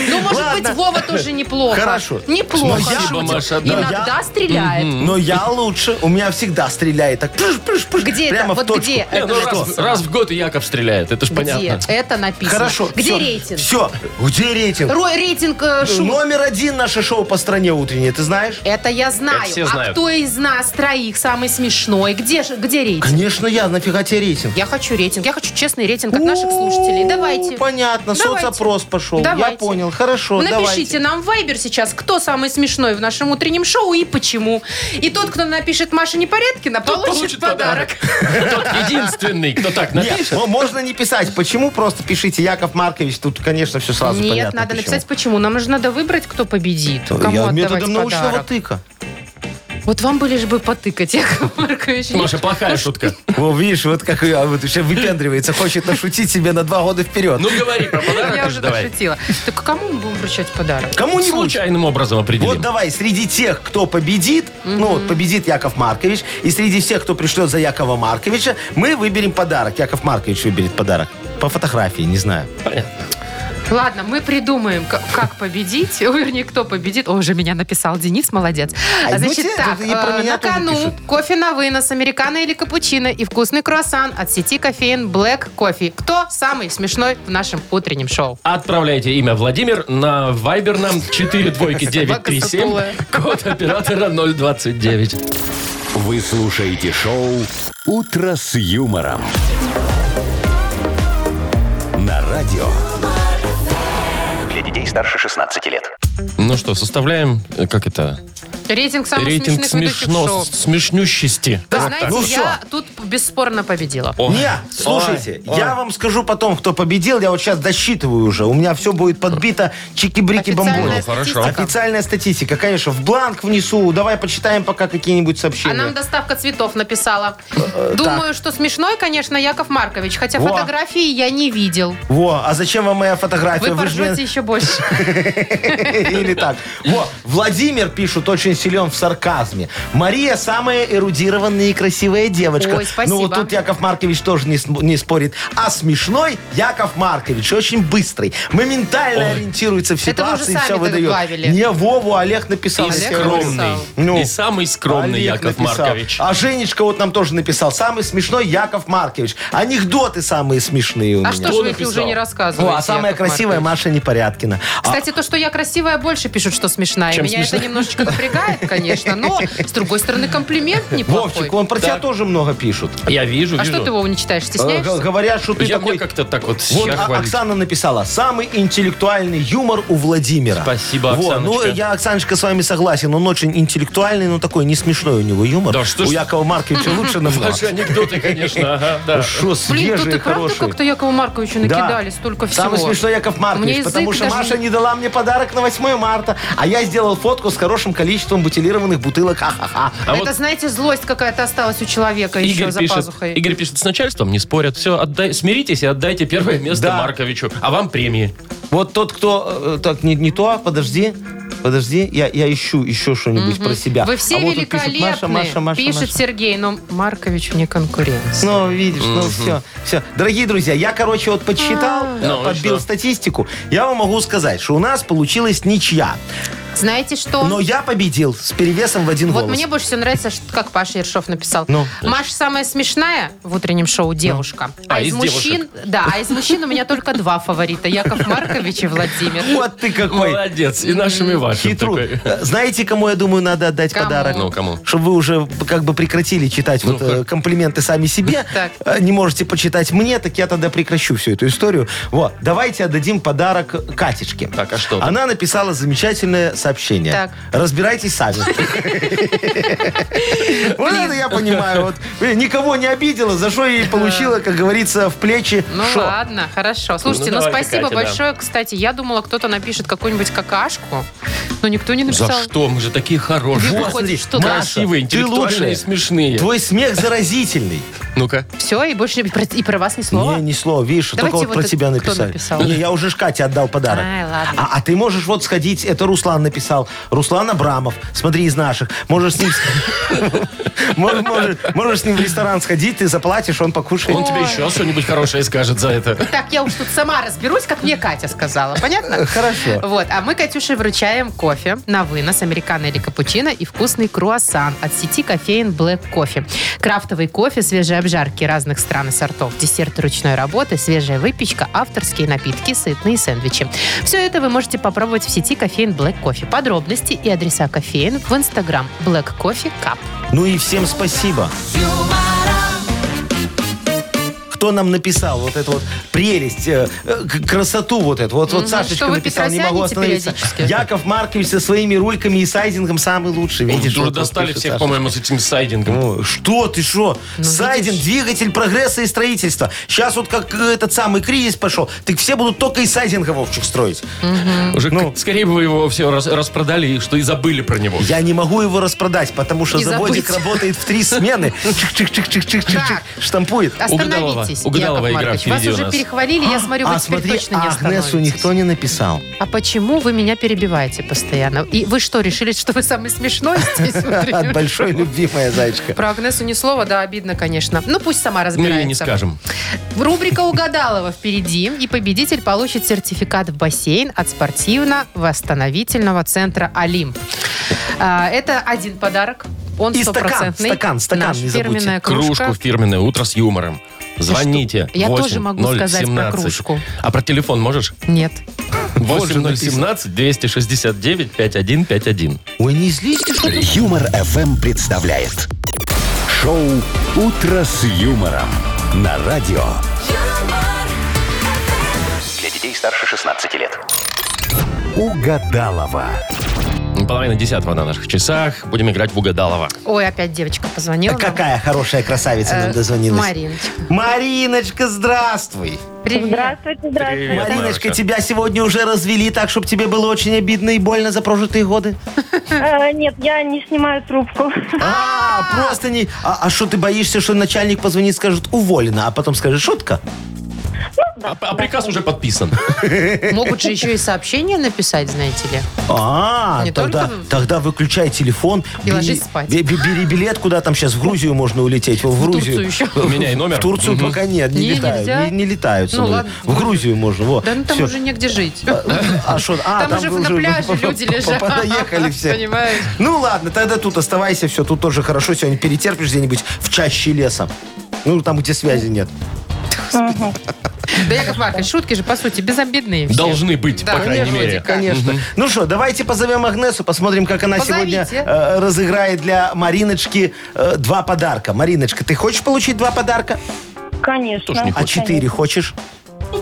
Speaker 3: Ну, может
Speaker 4: Ладно.
Speaker 3: быть, Вова тоже неплохо.
Speaker 4: Хорошо.
Speaker 3: Неплохо
Speaker 4: Спасибо,
Speaker 3: шутит.
Speaker 2: Маша, да.
Speaker 4: Но
Speaker 3: Иногда стреляет.
Speaker 4: Но я лучше. У меня всегда стреляет так. пыш, пыш, пыш,
Speaker 3: Где это?
Speaker 4: прямо в
Speaker 3: Вот
Speaker 4: точку.
Speaker 3: где?
Speaker 2: Не,
Speaker 3: Это
Speaker 2: ну
Speaker 3: что?
Speaker 2: раз, раз в год и Яков стреляет, это ж
Speaker 3: Где?
Speaker 2: понятно.
Speaker 3: Это написано.
Speaker 4: Хорошо.
Speaker 3: Где
Speaker 4: всё.
Speaker 3: рейтинг?
Speaker 4: Все. Где рейтинг?
Speaker 3: Ро- рейтинг э, шуток.
Speaker 4: Номер один наше шоу по стране утреннее, ты знаешь?
Speaker 3: Это я знаю.
Speaker 2: Это все
Speaker 3: А
Speaker 2: знают.
Speaker 3: кто из нас троих самый смешной? Где, же- где рейтинг?
Speaker 4: Конечно, я. Нафига тебе рейтинг?
Speaker 3: Я хочу рейтинг. Я хочу честный рейтинг от наших слушателей.
Speaker 4: О,
Speaker 3: Давайте.
Speaker 4: Понятно,
Speaker 3: Давайте.
Speaker 4: соцопрос пошел. Я
Speaker 3: Давайте.
Speaker 4: понял. Хорошо,
Speaker 3: Напишите
Speaker 4: давайте.
Speaker 3: нам в Вайбер сейчас, кто самый смешной в нашем утреннем шоу и почему. И тот, кто напишет Маша Непорядкина, получит,
Speaker 2: получит
Speaker 3: подарок.
Speaker 2: подарок. Тот единственный, кто так
Speaker 4: Нет,
Speaker 2: напишет.
Speaker 4: мо- можно не писать. Почему? Просто пишите Яков Маркович. Тут, конечно, все сразу
Speaker 3: Нет,
Speaker 4: понятно.
Speaker 3: надо
Speaker 4: почему.
Speaker 3: написать почему. Нам же надо выбрать, кто победит. Кому
Speaker 4: Я
Speaker 3: отдавать
Speaker 4: методом научного
Speaker 3: подарок.
Speaker 4: тыка.
Speaker 3: Вот вам бы лишь бы потыкать, Яков Маркович.
Speaker 2: Маша, плохая шутка.
Speaker 4: О, видишь, вот как я вот все выпендривается, хочет нашутить себе на два года вперед.
Speaker 2: Ну говори про подарок
Speaker 3: Я
Speaker 2: уже
Speaker 3: уже
Speaker 2: давай.
Speaker 3: дошутила. Так кому мы будем вручать подарок?
Speaker 4: Кому-нибудь.
Speaker 2: Случайным образом
Speaker 4: Вот
Speaker 2: определим.
Speaker 4: давай, среди тех, кто победит, ну вот победит Яков Маркович, и среди всех, кто пришлет за Якова Марковича, мы выберем подарок. Яков Маркович выберет подарок. По фотографии, не знаю.
Speaker 3: Ладно, мы придумаем, к- как победить. Ой, Вернее, кто победит. О, уже меня написал Денис, молодец.
Speaker 4: А, ну
Speaker 3: Значит
Speaker 4: те,
Speaker 3: так,
Speaker 4: тут и про
Speaker 3: э,
Speaker 4: меня
Speaker 3: на
Speaker 4: тоже
Speaker 3: кону
Speaker 4: пишут.
Speaker 3: кофе на вынос, американо или капучино и вкусный круассан от сети кофеин Black Coffee. Кто самый смешной в нашем утреннем шоу?
Speaker 2: Отправляйте имя Владимир на Viber нам 42937, код оператора 029.
Speaker 1: Вы слушаете шоу «Утро с юмором». На радио.
Speaker 7: Для детей старше 16 лет.
Speaker 2: Ну что, составляем, э, как это,
Speaker 3: Рейтинг самых
Speaker 2: рейтинг
Speaker 3: смешных ведущих
Speaker 2: смешно,
Speaker 3: шоу.
Speaker 2: смешнющести.
Speaker 3: Вы
Speaker 4: Так,
Speaker 3: знаете,
Speaker 4: ну
Speaker 3: я тут бесспорно победила.
Speaker 2: О,
Speaker 4: Не, слушайте, я вам скажу потом, кто победил. Я вот сейчас досчитываю уже. У меня все будет подбито чики-брики бомбони.
Speaker 3: Официальная
Speaker 2: хорошо.
Speaker 3: статистика.
Speaker 4: Официальная статистика, конечно, в бланк внесу. Давай почитаем пока какие-нибудь
Speaker 3: А
Speaker 4: сообщения.
Speaker 3: нам доставка цветов написала. Думаю, что смешной, конечно, Яков Маркович, хотя
Speaker 4: Э, Во.
Speaker 3: фотографии я не видел.
Speaker 4: Во, а зачем вам моя фотография?
Speaker 3: Вы
Speaker 4: Вы ж меня-
Speaker 3: поржете еще больше.
Speaker 4: Или так. Во, Владимир, пишут, очень силен в сарказме. Мария самая эрудированная и красивая девочка.
Speaker 3: Ой, спасибо.
Speaker 4: Ну вот тут Яков Маркович тоже не, см- не спорит. А смешной Яков Маркович, очень быстрый. Моментально ориентируется в
Speaker 3: Это вы уже
Speaker 4: ситуации,
Speaker 3: сами
Speaker 4: все
Speaker 3: так
Speaker 4: выдает.
Speaker 3: добавили.
Speaker 4: Не Вову, Олег написал.
Speaker 2: И
Speaker 3: Олег
Speaker 4: Я говорю,
Speaker 2: скромный.
Speaker 3: написал.
Speaker 4: Ну.
Speaker 2: И самый скромный
Speaker 4: Олег
Speaker 2: Яков
Speaker 4: написал.
Speaker 2: Маркович.
Speaker 4: А Женечка вот нам тоже написал. Самый смешной Яков Маркович. Анекдоты самые смешные у
Speaker 3: А
Speaker 4: меня.
Speaker 3: что же вы их
Speaker 2: написал?
Speaker 3: уже не
Speaker 4: О,
Speaker 3: рассказываете?
Speaker 4: а самая
Speaker 3: Яков
Speaker 4: красивая
Speaker 3: Маркович?
Speaker 4: Маша Непорядкина. А-
Speaker 3: Кстати, то, что я красивая, больше пишут, что смешная.
Speaker 2: Чем
Speaker 3: Меня
Speaker 2: смешная?
Speaker 3: это немножечко напрягает, конечно, но, с другой стороны, комплимент неплохой.
Speaker 4: Вовчик, он про тебя
Speaker 2: Так.
Speaker 4: тоже много пишут.
Speaker 2: Я вижу,
Speaker 3: А
Speaker 2: вижу.
Speaker 3: что ты его не читаешь?
Speaker 4: Э, г-
Speaker 3: Стесняешься?
Speaker 4: Говорят, что ты
Speaker 2: Я
Speaker 4: такой...
Speaker 2: мне как-то так вот
Speaker 4: Вот
Speaker 2: я
Speaker 4: А-
Speaker 2: хвалюсь.
Speaker 4: Оксана написала, самый интеллектуальный юмор у Владимира.
Speaker 2: Спасибо,
Speaker 4: Вот, ну,
Speaker 2: Оксаночка.
Speaker 4: я, Оксаночка, с вами согласен. Он очень интеллектуальный, но такой не смешной у него юмор.
Speaker 2: Да что
Speaker 4: у
Speaker 2: ж-
Speaker 4: Якова Марковича лучше намного.
Speaker 2: Ваши анекдоты, конечно, ага, да.
Speaker 4: Что,
Speaker 3: Блин, тут
Speaker 4: свежий,
Speaker 3: и правда
Speaker 4: хороший.
Speaker 3: как-то Якову Марковичу
Speaker 4: Да.
Speaker 3: накидали столько всего.
Speaker 4: Самый смешной Яков
Speaker 3: Мне
Speaker 4: Маркович,
Speaker 3: язык
Speaker 4: потому что
Speaker 3: даже
Speaker 4: Маша
Speaker 3: не-
Speaker 4: не дала мне подарок на 8 марта, а я сделал фотку с хорошим количеством бутилированных бутылок. Ха-ха-ха.
Speaker 2: А
Speaker 3: это,
Speaker 2: вот
Speaker 3: знаете, злость какая-то осталась у человека еще
Speaker 2: Игорь
Speaker 3: за
Speaker 2: пишет,
Speaker 3: пазухой.
Speaker 2: Игорь пишет, с начальством не спорят. Все, отдай, смиритесь и отдайте первое место
Speaker 4: Да.
Speaker 2: Марковичу. А вам премии.
Speaker 4: Вот тот, кто... э, Так, не, не то, подожди. Подожди, я, я ищу еще что-нибудь про себя.
Speaker 3: Вы все
Speaker 4: А вот тут
Speaker 3: великолепны,
Speaker 4: пишут, Маша, Маша, Маша,
Speaker 3: пишет
Speaker 4: Маша.
Speaker 3: Сергей, но Марковичу не конкуренция.
Speaker 4: Ну, видишь, ну все, все. Дорогие друзья, я, короче, вот подсчитал,
Speaker 3: А.
Speaker 2: Ну и
Speaker 4: э, подбил
Speaker 2: что?
Speaker 4: статистику. Я вам могу сказать, что у нас получилась ничья.
Speaker 3: Знаете что?
Speaker 4: Но я победил с перевесом в один
Speaker 3: Вот
Speaker 4: голос.
Speaker 3: мне больше всего нравится, что, как Паша Ершов написал.
Speaker 4: Ну.
Speaker 3: Маша самая смешная в утреннем шоу девушка. А,
Speaker 2: А,
Speaker 3: из,
Speaker 2: из
Speaker 3: мужчин, да, а из мужчин у меня только два фаворита: Яков Маркович и Владимир.
Speaker 4: Вот ты какой
Speaker 2: Молодец. И нашими вашим
Speaker 4: хитрун.
Speaker 2: такой.
Speaker 4: Э, Знаете, кому, я думаю, надо отдать
Speaker 3: Кому?
Speaker 4: подарок?
Speaker 2: Ну, кому?
Speaker 4: Чтобы вы уже как бы прекратили читать вот, э, комплименты сами себе.
Speaker 3: Так.
Speaker 4: Э, Не можете почитать мне, так я тогда прекращу всю эту историю. Вот, давайте отдадим подарок Катечке.
Speaker 2: Так, а что?
Speaker 4: Она написала замечательное сообщение.
Speaker 3: Так.
Speaker 4: Разбирайтесь сами. Вот это я понимаю. Вот э, никого не обидела, за что ей получила, как говорится, в плечи.
Speaker 3: Ну
Speaker 4: шо.
Speaker 3: ладно, хорошо. Слушайте,
Speaker 2: Ну,
Speaker 3: ну,
Speaker 2: давайте,
Speaker 3: спасибо
Speaker 2: Катя, да.
Speaker 3: большое. Кстати, я думала, кто-то напишет какую-нибудь какашку, но никто не написал.
Speaker 2: За что? Мы же такие хорошие.
Speaker 3: Вот,
Speaker 4: смотри,
Speaker 3: что
Speaker 4: Маша,
Speaker 2: Красивые,
Speaker 4: ты
Speaker 2: интеллектуальные,
Speaker 4: лучшая.
Speaker 2: смешные.
Speaker 4: Твой смех заразительный.
Speaker 2: Ну-ка.
Speaker 3: Все, и больше не про, и про вас ни слова?
Speaker 4: Не, ни слова, видишь,
Speaker 3: Давайте
Speaker 4: только вот
Speaker 3: вот
Speaker 4: про
Speaker 3: это
Speaker 4: тебя
Speaker 3: кто
Speaker 4: написали.
Speaker 3: написал?
Speaker 4: Не, я уже ж Кате отдал подарок.
Speaker 3: Ай, ладно.
Speaker 4: А, а ты можешь вот сходить, это Руслан написал. Руслан Абрамов, смотри, из наших. Можешь с ним... с- Можешь- Можешь можешь с ним в ресторан сходить, ты заплатишь, он покушает.
Speaker 2: Он тебе еще что-нибудь хорошее скажет за это.
Speaker 3: Так, я уж тут сама разберусь, как мне Катя сказала. Понятно?
Speaker 4: Хорошо.
Speaker 3: Вот, а мы Катюше вручаем кофе на вынос, американо или капучино и вкусный круассан от сети кофеин Black Coffee. Крафтовый кофе, свежие обжарки разных стран и сортов, десерты ручной работы, свежая выпечка, авторские напитки, сытные сэндвичи. Все это вы можете попробовать в сети кофеин Black Coffee. Подробности и адреса кофеин в инстаграм Black Coffee Cup.
Speaker 4: Ну и всем спасибо. Кто нам написал вот эту вот прелесть, э, э, к- красоту вот эту? Вот, вот
Speaker 3: Ну,
Speaker 4: Сашечка
Speaker 3: что вы
Speaker 4: написал, не могу
Speaker 3: петросяните
Speaker 4: остановиться.
Speaker 3: периодически?
Speaker 4: Яков Маркович со своими рульками и сайдингом самый лучший. Видишь,
Speaker 2: Уже
Speaker 4: вот он
Speaker 2: Ну, достали
Speaker 4: пишет,
Speaker 2: всех,
Speaker 4: Саша.
Speaker 2: по-моему, с этим сайдингом.
Speaker 4: Ну, что ты, что? Сайдинг,
Speaker 3: Ну, видишь.
Speaker 4: двигатель прогресса и строительства. Сейчас вот как э, этот самый кризис пошел, так все будут только из сайдинга, Вовчик, строить.
Speaker 2: Уже
Speaker 4: ну.
Speaker 2: к- скорее бы вы его все рас- распродали, и что и забыли про него.
Speaker 4: Я не могу его распродать, потому что
Speaker 3: И
Speaker 4: заводик
Speaker 3: забыть.
Speaker 4: работает в три смены. Чик-чик-чик-чик-чик-чик-чик.
Speaker 3: Так.
Speaker 4: Штампует.
Speaker 2: Угадалова.
Speaker 3: Остановитесь,
Speaker 2: Угадалова
Speaker 3: Яков
Speaker 2: игра
Speaker 3: Маркович. Вас
Speaker 2: впереди у
Speaker 3: уже
Speaker 2: нас.
Speaker 3: перехвалили, я смотрю, вы
Speaker 4: А
Speaker 3: теперь
Speaker 4: смотри,
Speaker 3: точно не
Speaker 4: а Агнесу
Speaker 3: остановитесь.
Speaker 4: никто не написал.
Speaker 3: А почему вы меня перебиваете постоянно? И вы что, решили, что вы самый смешной здесь?
Speaker 4: От
Speaker 3: внутри?
Speaker 4: большой любви, моя зайчка.
Speaker 3: Про Агнесу ни слова, да, обидно, конечно. Ну, пусть сама
Speaker 2: Мы
Speaker 3: разбирается.
Speaker 2: ей не скажем.
Speaker 3: Рубрика «Угадалова» впереди, и победитель получит сертификат в бассейн от спортивно-восстановительного центра «Олимп». А, Это один подарок, он
Speaker 4: И стакан,
Speaker 3: стопроцентный.
Speaker 4: стакан, стакан,
Speaker 3: Наша
Speaker 4: не забудьте.
Speaker 3: фирменная
Speaker 2: Кружку фирменное «Утро с юмором». Звоните.
Speaker 3: Я
Speaker 2: 8
Speaker 3: тоже могу сказать про
Speaker 2: 017.
Speaker 3: кружку.
Speaker 2: А про телефон можешь?
Speaker 3: Нет.
Speaker 4: Вот же написано.
Speaker 2: 8017-269-5151.
Speaker 4: Ой, не злись ты, что ли?
Speaker 1: Юмор FM представляет шоу Утро с юмором на радио.
Speaker 7: Для детей старше 16 лет.
Speaker 1: Угадалова.
Speaker 2: Половина десятого на наших часах. Будем играть в угадалово.
Speaker 3: Ой, опять девочка позвонила.
Speaker 4: А Какая хорошая красавица
Speaker 3: Э,
Speaker 4: нам дозвонилась.
Speaker 3: Мариночка.
Speaker 4: Мариночка, здравствуй.
Speaker 3: Привет.
Speaker 5: Здравствуйте, здравствуйте.
Speaker 2: Привет,
Speaker 4: Мариночка,
Speaker 2: Марочка.
Speaker 4: тебя сегодня уже развели так, чтобы тебе было очень обидно и больно за прожитые годы?
Speaker 5: Э, нет, я не снимаю трубку.
Speaker 4: А, просто не... А что ты боишься, что начальник позвонит, скажет уволена, а потом скажет шутка?
Speaker 2: А, а приказ уже подписан.
Speaker 3: Могут же еще и сообщение написать, знаете ли.
Speaker 4: А,
Speaker 3: Не
Speaker 4: тогда,
Speaker 3: только-
Speaker 4: тогда выключай телефон.
Speaker 3: И ложись спать.
Speaker 4: бе- бе- Бери билет, куда там сейчас, в Грузию можно улететь. во, В
Speaker 3: Турцию
Speaker 4: Грузию.
Speaker 3: еще.
Speaker 2: У меня и номер.
Speaker 4: В Турцию
Speaker 2: Мгм.
Speaker 4: пока нет, не,
Speaker 3: Не,
Speaker 4: летают.
Speaker 3: нельзя?
Speaker 4: Не, не летают.
Speaker 3: Ну
Speaker 4: самолеты.
Speaker 3: ладно.
Speaker 4: В Грузию можно. Во.
Speaker 3: Да ну там
Speaker 4: Всё.
Speaker 3: уже негде жить.
Speaker 4: А что? А,
Speaker 3: там уже
Speaker 4: вы
Speaker 3: на пляже
Speaker 4: по-
Speaker 3: люди
Speaker 4: по-
Speaker 3: лежат.
Speaker 4: Понаехали все.
Speaker 3: Понимаешь?
Speaker 4: Ну ладно, тогда тут оставайся, все, тут тоже хорошо. Сегодня перетерпишь где-нибудь в чаще леса. Ну, там, где связи нет.
Speaker 3: Да, Яков Маркович, шутки же, по сути, безобидные все.
Speaker 2: Должны быть,
Speaker 3: Да,
Speaker 2: по крайней
Speaker 3: конечно,
Speaker 2: мере.
Speaker 3: Так.
Speaker 4: Конечно. Ну что, давайте позовем Агнесу, посмотрим, как она
Speaker 3: Позовите.
Speaker 4: сегодня э, разыграет для Мариночки э, два подарка. Мариночка, ты хочешь получить два подарка?
Speaker 5: Конечно.
Speaker 2: Тоже не
Speaker 4: А четыре хочешь?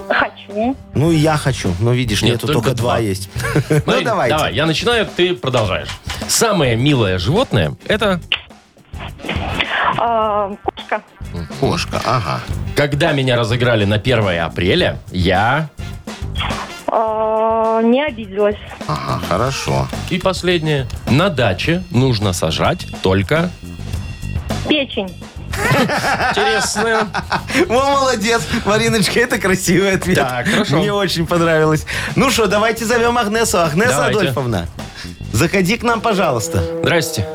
Speaker 5: Хочу.
Speaker 4: Ну, и я хочу. Но видишь,
Speaker 2: Нет,
Speaker 4: нету,
Speaker 2: только
Speaker 4: только
Speaker 2: два.
Speaker 4: два есть. Ну,
Speaker 2: Марин,
Speaker 4: давайте.
Speaker 2: Давай, я начинаю, ты продолжаешь. Самое милое животное – это
Speaker 5: А, кошка.
Speaker 4: Кошка, ага.
Speaker 2: когда меня разыграли на 1 апреля, я...
Speaker 5: А, не обиделась.
Speaker 4: Ага, хорошо.
Speaker 2: И последнее. На даче нужно сажать только...
Speaker 5: Печень.
Speaker 2: Интересно.
Speaker 4: Во, молодец. Мариночка, это красивый ответ.
Speaker 2: Так, хорошо.
Speaker 4: Мне очень понравилось. Ну что, давайте зовем Агнесу. Агнеса
Speaker 2: Давайте.
Speaker 4: Адольфовна, заходи к нам, пожалуйста.
Speaker 2: Здрасте.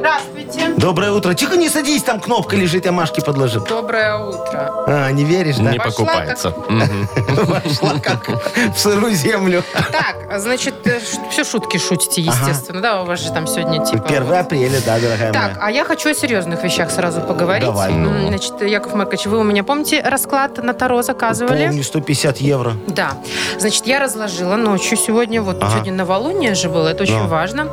Speaker 3: Здравствуйте.
Speaker 4: Доброе утро. Тихо, не садись, там кнопка лежит, я Машке подложил.
Speaker 3: Доброе утро.
Speaker 4: А, не веришь, да?
Speaker 2: Не
Speaker 3: Пошла
Speaker 2: покупается. Мгм.
Speaker 4: Вошла как в сырую землю.
Speaker 3: Так, значит, все шутки шутите, естественно. Да, у вас же там сегодня типа... вот.
Speaker 4: 1 апреля, да, дорогая
Speaker 3: Так,
Speaker 4: моя.
Speaker 3: а я хочу о серьезных вещах сразу поговорить.
Speaker 4: Давай.
Speaker 3: М, Значит, Яков Маркович, вы у меня помните расклад на Таро заказывали?
Speaker 4: Помню, 150 евро.
Speaker 3: Да. Значит, я разложила ночью сегодня. Вот
Speaker 4: Ага.
Speaker 3: сегодня новолуние же было, это очень
Speaker 4: Да.
Speaker 3: важно.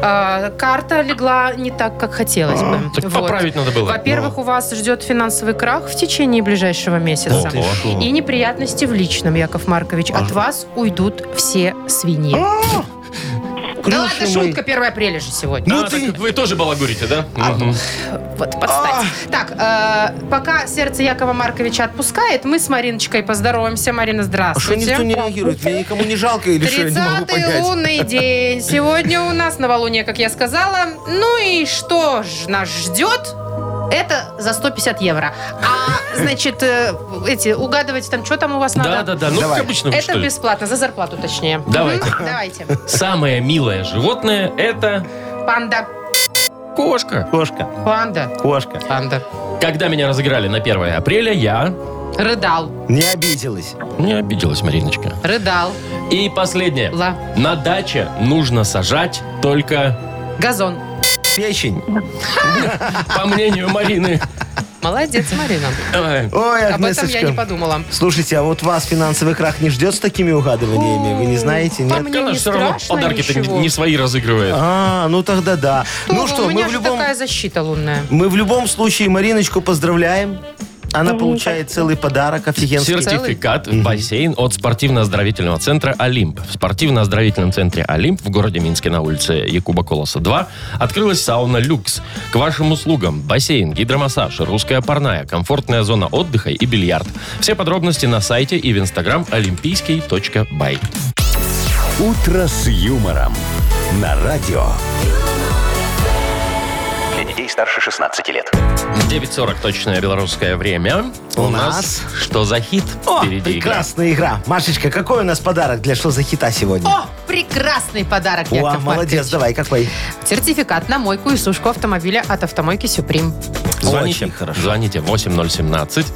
Speaker 3: А, карта легла не так, как хотелось бы.
Speaker 2: Так
Speaker 3: Вот.
Speaker 2: поправить надо было.
Speaker 3: Во-первых, у вас ждет финансовый крах в течение ближайшего месяца.
Speaker 2: Ого.
Speaker 3: И
Speaker 4: А,
Speaker 3: неприятности в личном, Яков Маркович. От вас уйдут все свиньи. Да ладно,
Speaker 4: Крюши мои.
Speaker 3: шутка 1 апреля же сегодня.
Speaker 4: Ну
Speaker 2: А,
Speaker 4: ты-
Speaker 2: так вы тоже балагурите, да? Мгм.
Speaker 4: Ну,
Speaker 3: Вот, подстать.
Speaker 4: а.
Speaker 3: Так, э, пока сердце Якова Марковича отпускает, мы с Мариночкой поздороваемся. Марина,
Speaker 4: А что
Speaker 3: здравствуйте.
Speaker 4: никто не реагирует? Мне никому не жалко или что? Я не могу
Speaker 3: 30-й
Speaker 4: понять.
Speaker 3: лунный день. Сегодня у нас новолуние, как я сказала. Ну и что ж нас ждет? Это за 150 евро. А, значит, э, эти, угадывать там, что там у вас
Speaker 2: Да,
Speaker 3: надо?
Speaker 2: да, да. Ну, как
Speaker 4: Давай.
Speaker 2: обычно, что
Speaker 3: Это
Speaker 2: ли?
Speaker 3: бесплатно, за зарплату точнее.
Speaker 2: Давайте.
Speaker 3: Мгм, Давайте.
Speaker 2: Самое милое животное это
Speaker 3: Панда.
Speaker 2: кошка.
Speaker 4: Кошка,
Speaker 3: Панда.
Speaker 4: кошка.
Speaker 3: Панда.
Speaker 2: Когда меня разыграли на 1 апреля, я
Speaker 3: Рыдал.
Speaker 4: Не обиделась.
Speaker 2: не обиделась, Мариночка.
Speaker 3: Рыдал.
Speaker 2: И последнее.
Speaker 3: Ла.
Speaker 2: На даче нужно сажать только,
Speaker 3: Газон.
Speaker 4: Печень.
Speaker 2: по мнению Марины.
Speaker 3: Молодец, Марина.
Speaker 2: Ой,
Speaker 4: Ой,
Speaker 3: Об этом я не
Speaker 4: Агнесочка.
Speaker 3: подумала.
Speaker 4: Слушайте, а вот вас финансовый крах не ждет с такими угадываниями? Вы не знаете,
Speaker 3: По
Speaker 4: нет?
Speaker 3: мне
Speaker 2: Она
Speaker 3: не
Speaker 2: же все равно
Speaker 3: страшно
Speaker 2: подарки-то не-
Speaker 3: ничего.
Speaker 2: не свои разыгрывает.
Speaker 4: А, ну тогда да. Ну
Speaker 3: у
Speaker 4: что, мы
Speaker 3: меня
Speaker 4: в
Speaker 3: же
Speaker 4: любом...
Speaker 3: такая защита лунная.
Speaker 4: Мы в любом случае Мариночку поздравляем. Она
Speaker 3: ну
Speaker 4: получает целый подарок офигенский.
Speaker 2: Сертификат в бассейн от спортивно-оздоровительного центра «Олимп». В спортивно-оздоровительном центре «Олимп» в городе Минске на улице Якуба Колоса 2 открылась сауна «Люкс». К вашим услугам бассейн, гидромассаж, русская парная, комфортная зона отдыха и бильярд. Все подробности на сайте и в инстаграм олимпийский.бай.
Speaker 1: «Утро с юмором» на радио.
Speaker 7: Для детей старше 16 лет.
Speaker 2: 9.40 точное белорусское время.
Speaker 4: У нас?
Speaker 2: что за хит
Speaker 4: О,
Speaker 2: впереди игра.
Speaker 4: прекрасная игра. Машечка, какой у нас подарок для что за хита сегодня?
Speaker 3: О, прекрасный подарок,
Speaker 4: О,
Speaker 3: Яков Маркович.
Speaker 4: молодец, давай, какой?
Speaker 3: Сертификат на мойку и сушку автомобиля от автомойки «Сюприм».
Speaker 2: Звоните,
Speaker 4: Очень хорошо.
Speaker 2: звоните 8017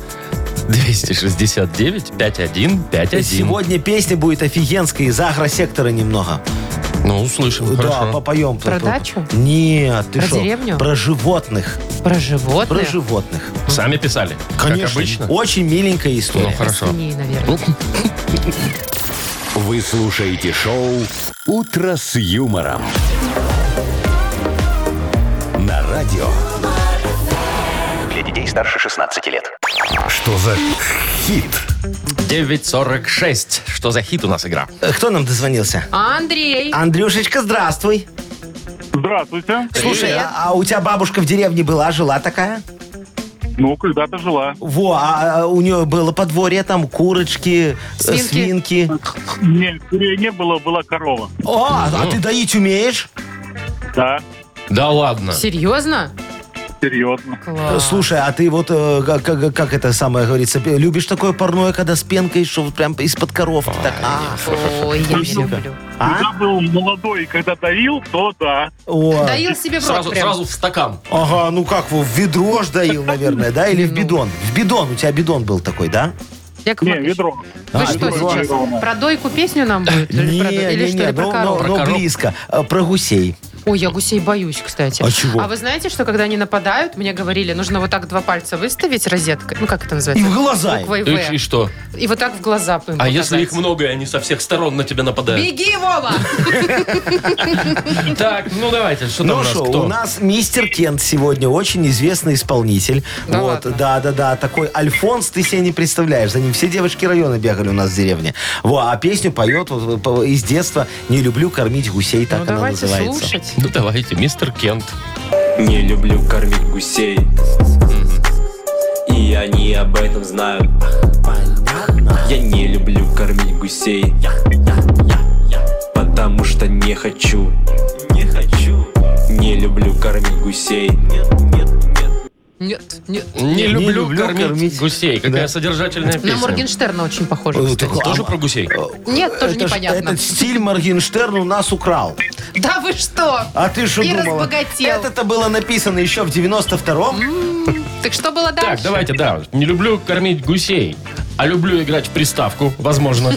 Speaker 2: 269 5151.
Speaker 4: Сегодня песня будет офигенская из агросектора немного.
Speaker 2: Ну, услышим,
Speaker 4: Да,
Speaker 2: хорошо.
Speaker 4: попоем.
Speaker 3: Про дачу?
Speaker 4: Нет, ты
Speaker 3: Про
Speaker 4: шо?
Speaker 3: деревню?
Speaker 4: Про животных.
Speaker 3: Про
Speaker 4: Про
Speaker 3: животных.
Speaker 4: животных.
Speaker 2: Сами писали, как обычно.
Speaker 4: Очень миленькая
Speaker 2: Ну,
Speaker 4: история.
Speaker 2: хорошо.
Speaker 3: Свиней, наверное.
Speaker 1: Вы слушаете шоу «Утро с юмором». На радио.
Speaker 7: Для детей старше 16 лет.
Speaker 1: А Что за хит?
Speaker 2: 9.46. Что за хит у нас игра?
Speaker 4: Э, Кто нам дозвонился?
Speaker 3: Андрей.
Speaker 4: Андрюшечка, здравствуй.
Speaker 8: Здравствуйте.
Speaker 4: Слушай,
Speaker 3: Привет.
Speaker 4: а, а у тебя бабушка в деревне была, жила такая?
Speaker 8: Ну, когда-то жила.
Speaker 4: Во, а а у нее было подворье, там курочки, э,
Speaker 3: Свинки.
Speaker 4: свинки.
Speaker 8: Не, курей не было, была корова.
Speaker 4: О, а ты доить умеешь?
Speaker 8: Да,
Speaker 2: Да ладно.
Speaker 3: Серьезно?
Speaker 8: серьезно.
Speaker 4: Э,
Speaker 3: Класс.
Speaker 4: Слушай, а ты вот, э, как, как- как это самое говорится, э, любишь такое парное, когда с пенкой, что вот прям из-под коровки так? А,
Speaker 3: Ой, я не люблю.
Speaker 4: а?
Speaker 8: Когда был молодой, и когда доил, то да.
Speaker 4: О.
Speaker 3: Доил себе в рот
Speaker 2: Сразу,
Speaker 3: прям.
Speaker 2: сразу в стакан.
Speaker 4: Ага, ну как, во, в ведро ж доил, наверное, да? Или в
Speaker 3: Ну.
Speaker 4: бидон? В бидон, у тебя бидон был такой, да?
Speaker 3: Яков
Speaker 8: Не,
Speaker 3: Маркович,
Speaker 8: ведро.
Speaker 3: Вы
Speaker 4: А,
Speaker 3: что
Speaker 4: ведро.
Speaker 3: сейчас? Про дойку песню нам будет? Или, про,
Speaker 4: Не,
Speaker 3: или
Speaker 4: не,
Speaker 3: что
Speaker 4: не,
Speaker 3: ли, про
Speaker 4: ну,
Speaker 3: корову?
Speaker 4: ну, ну,
Speaker 2: корову.
Speaker 4: близко. Э, Про гусей.
Speaker 3: Ой, я гусей боюсь, кстати.
Speaker 4: А чего?
Speaker 3: А вы знаете, что когда они нападают, мне говорили, нужно вот так два пальца выставить розеткой. Ну, как это
Speaker 4: И в
Speaker 3: называется?
Speaker 4: глаза. им.
Speaker 3: Буквой
Speaker 2: И,
Speaker 3: «В».
Speaker 2: и что?
Speaker 3: И вот так в глаза им
Speaker 2: А если
Speaker 3: показать.
Speaker 2: их много, и они со всех сторон на тебя нападают?
Speaker 3: Беги, Вова!
Speaker 2: Так, ну давайте, что там у
Speaker 4: Ну
Speaker 2: нас?
Speaker 4: что,
Speaker 2: Кто?
Speaker 4: у нас мистер Кент сегодня очень известный исполнитель.
Speaker 3: Да
Speaker 4: вот,
Speaker 3: ладно?
Speaker 4: да, да, да, такой Альфонс, ты себе не представляешь. За ним все девочки района бегали у нас в деревне. Во, а песню поет вот, по- из детства «Не люблю кормить гусей», так
Speaker 3: Ну,
Speaker 4: она
Speaker 3: давайте
Speaker 4: называется.
Speaker 3: слушать.
Speaker 2: Ну давайте, мистер Кент.
Speaker 9: Не люблю кормить гусей И они об этом знают Я не люблю кормить гусей Потому что не хочу Не хочу Не люблю кормить гусей
Speaker 3: Нет, нет.
Speaker 2: Не, люблю,
Speaker 4: люблю
Speaker 2: кормить,
Speaker 4: кормить.
Speaker 2: гусей. Какая содержательная
Speaker 3: На
Speaker 2: песня.
Speaker 3: Моргенштерна очень похоже,
Speaker 4: Э,
Speaker 3: кстати.
Speaker 4: такой,
Speaker 2: Тоже
Speaker 4: а,
Speaker 2: про гусей?
Speaker 3: Нет, тоже
Speaker 4: это ж-
Speaker 3: непонятно.
Speaker 4: Этот стиль Моргенштерн у нас украл.
Speaker 3: Да вы что?
Speaker 4: А ты что
Speaker 3: И
Speaker 4: думала?
Speaker 3: разбогател.
Speaker 4: Это-то было написано еще в 92-м.
Speaker 3: Так что было
Speaker 2: Так,
Speaker 3: дальше?
Speaker 2: давайте, да. Не люблю кормить гусей, а люблю играть в приставку, возможно.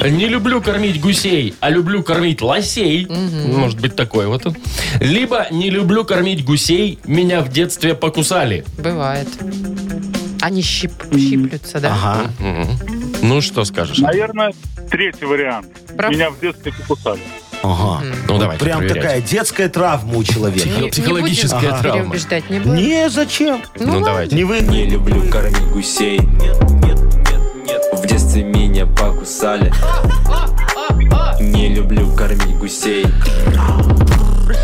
Speaker 2: Не люблю кормить гусей, а люблю кормить лосей. Может быть, такой вот. он. Либо не люблю кормить гусей, меня в детстве покусали.
Speaker 3: Бывает. Они щип, щиплются, да?
Speaker 4: Ага.
Speaker 2: Ну, что скажешь?
Speaker 8: Наверное, третий вариант.
Speaker 3: Прав.
Speaker 8: Меня в детстве покусали.
Speaker 4: Ага.
Speaker 2: Ну, давайте
Speaker 4: Прям
Speaker 2: проверять.
Speaker 4: такая детская травма у человека.
Speaker 3: Не-
Speaker 2: психологическая
Speaker 3: не будем
Speaker 2: травма.
Speaker 3: переубеждать, не будем.
Speaker 4: Не, зачем?
Speaker 2: Ну, давайте.
Speaker 4: Не вы.
Speaker 9: Не люблю кормить гусей В детстве меня покусали Не люблю кормить гусей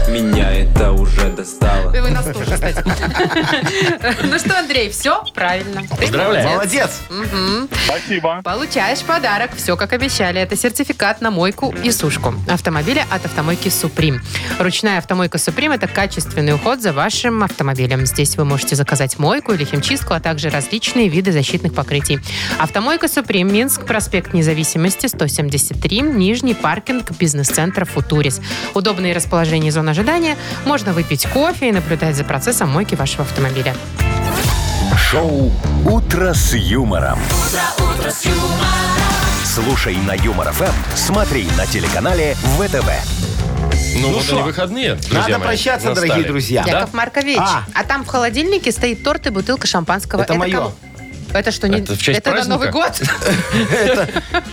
Speaker 9: Меня это уже достало
Speaker 3: Вы нас тоже, кстати. Ну что, Андрей, все правильно. Ты
Speaker 2: Поздравляю.
Speaker 3: молодец.
Speaker 4: Молодец.
Speaker 8: Спасибо.
Speaker 3: Получаешь подарок. Все, как обещали. Это сертификат на мойку и сушку автомобиля от автомойки «Суприм». Ручная автомойка «Суприм» — это качественный уход за вашим автомобилем. Здесь вы можете заказать мойку или химчистку, а также различные виды защитных покрытий. Автомойка «Суприм», Минск, проспект Независимости, 173, нижний паркинг бизнес-центра «Футурис». Удобное расположение зон ожидания. Можно выпить кофе и наблюдать за процессом мойки вашего автомобиля.
Speaker 1: Шоу «Утро с юмором». Слушай на Юмор ФМ, смотри на телеканале ВТВ.
Speaker 2: Ну, вот
Speaker 4: шо,
Speaker 2: они выходные, друзья
Speaker 4: Надо
Speaker 2: мои,
Speaker 4: прощаться,
Speaker 2: настали.
Speaker 4: дорогие друзья.
Speaker 2: Да?
Speaker 3: Яков Маркович, а.
Speaker 4: А.
Speaker 3: там в холодильнике стоит торт и бутылка шампанского.
Speaker 4: Это моё.
Speaker 3: кому? Это что, не...
Speaker 2: Это в честь
Speaker 3: на
Speaker 2: праздника?
Speaker 3: Новый год?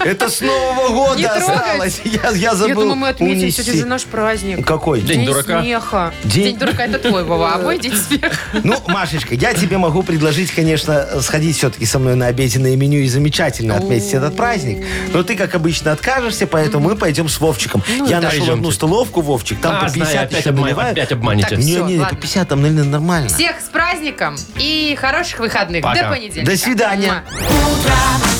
Speaker 4: Это с Нового
Speaker 3: Не
Speaker 4: года
Speaker 3: трогать.
Speaker 4: осталось. Я, я забыл
Speaker 3: Я думаю, мы отметим
Speaker 4: унести.
Speaker 3: сегодня наш праздник.
Speaker 4: Какой?
Speaker 2: День дурака.
Speaker 3: смеха. День...
Speaker 4: День-
Speaker 3: дурака это твой, Вова, а мой день смеха.
Speaker 4: Ну, Машечка, я тебе могу предложить, конечно, сходить все-таки со мной на обеденное меню и замечательно отметить этот праздник. Но ты, как обычно, откажешься, поэтому мы пойдем с Вовчиком. Я
Speaker 3: Ну
Speaker 2: да,
Speaker 4: нашел
Speaker 2: идемте.
Speaker 4: одну столовку, Вовчик, там
Speaker 2: А,
Speaker 4: по 50
Speaker 2: знаю, опять
Speaker 4: еще
Speaker 2: обман-
Speaker 4: наливают.
Speaker 2: опять обманете.
Speaker 4: Так, Не,
Speaker 3: Всё,
Speaker 4: не,
Speaker 3: ладно.
Speaker 4: по 50 там наверное, нормально.
Speaker 3: Всех с праздником и хороших выходных.
Speaker 2: Пока.
Speaker 3: До понедельника.
Speaker 4: До свидания.
Speaker 3: Муа.
Speaker 10: утро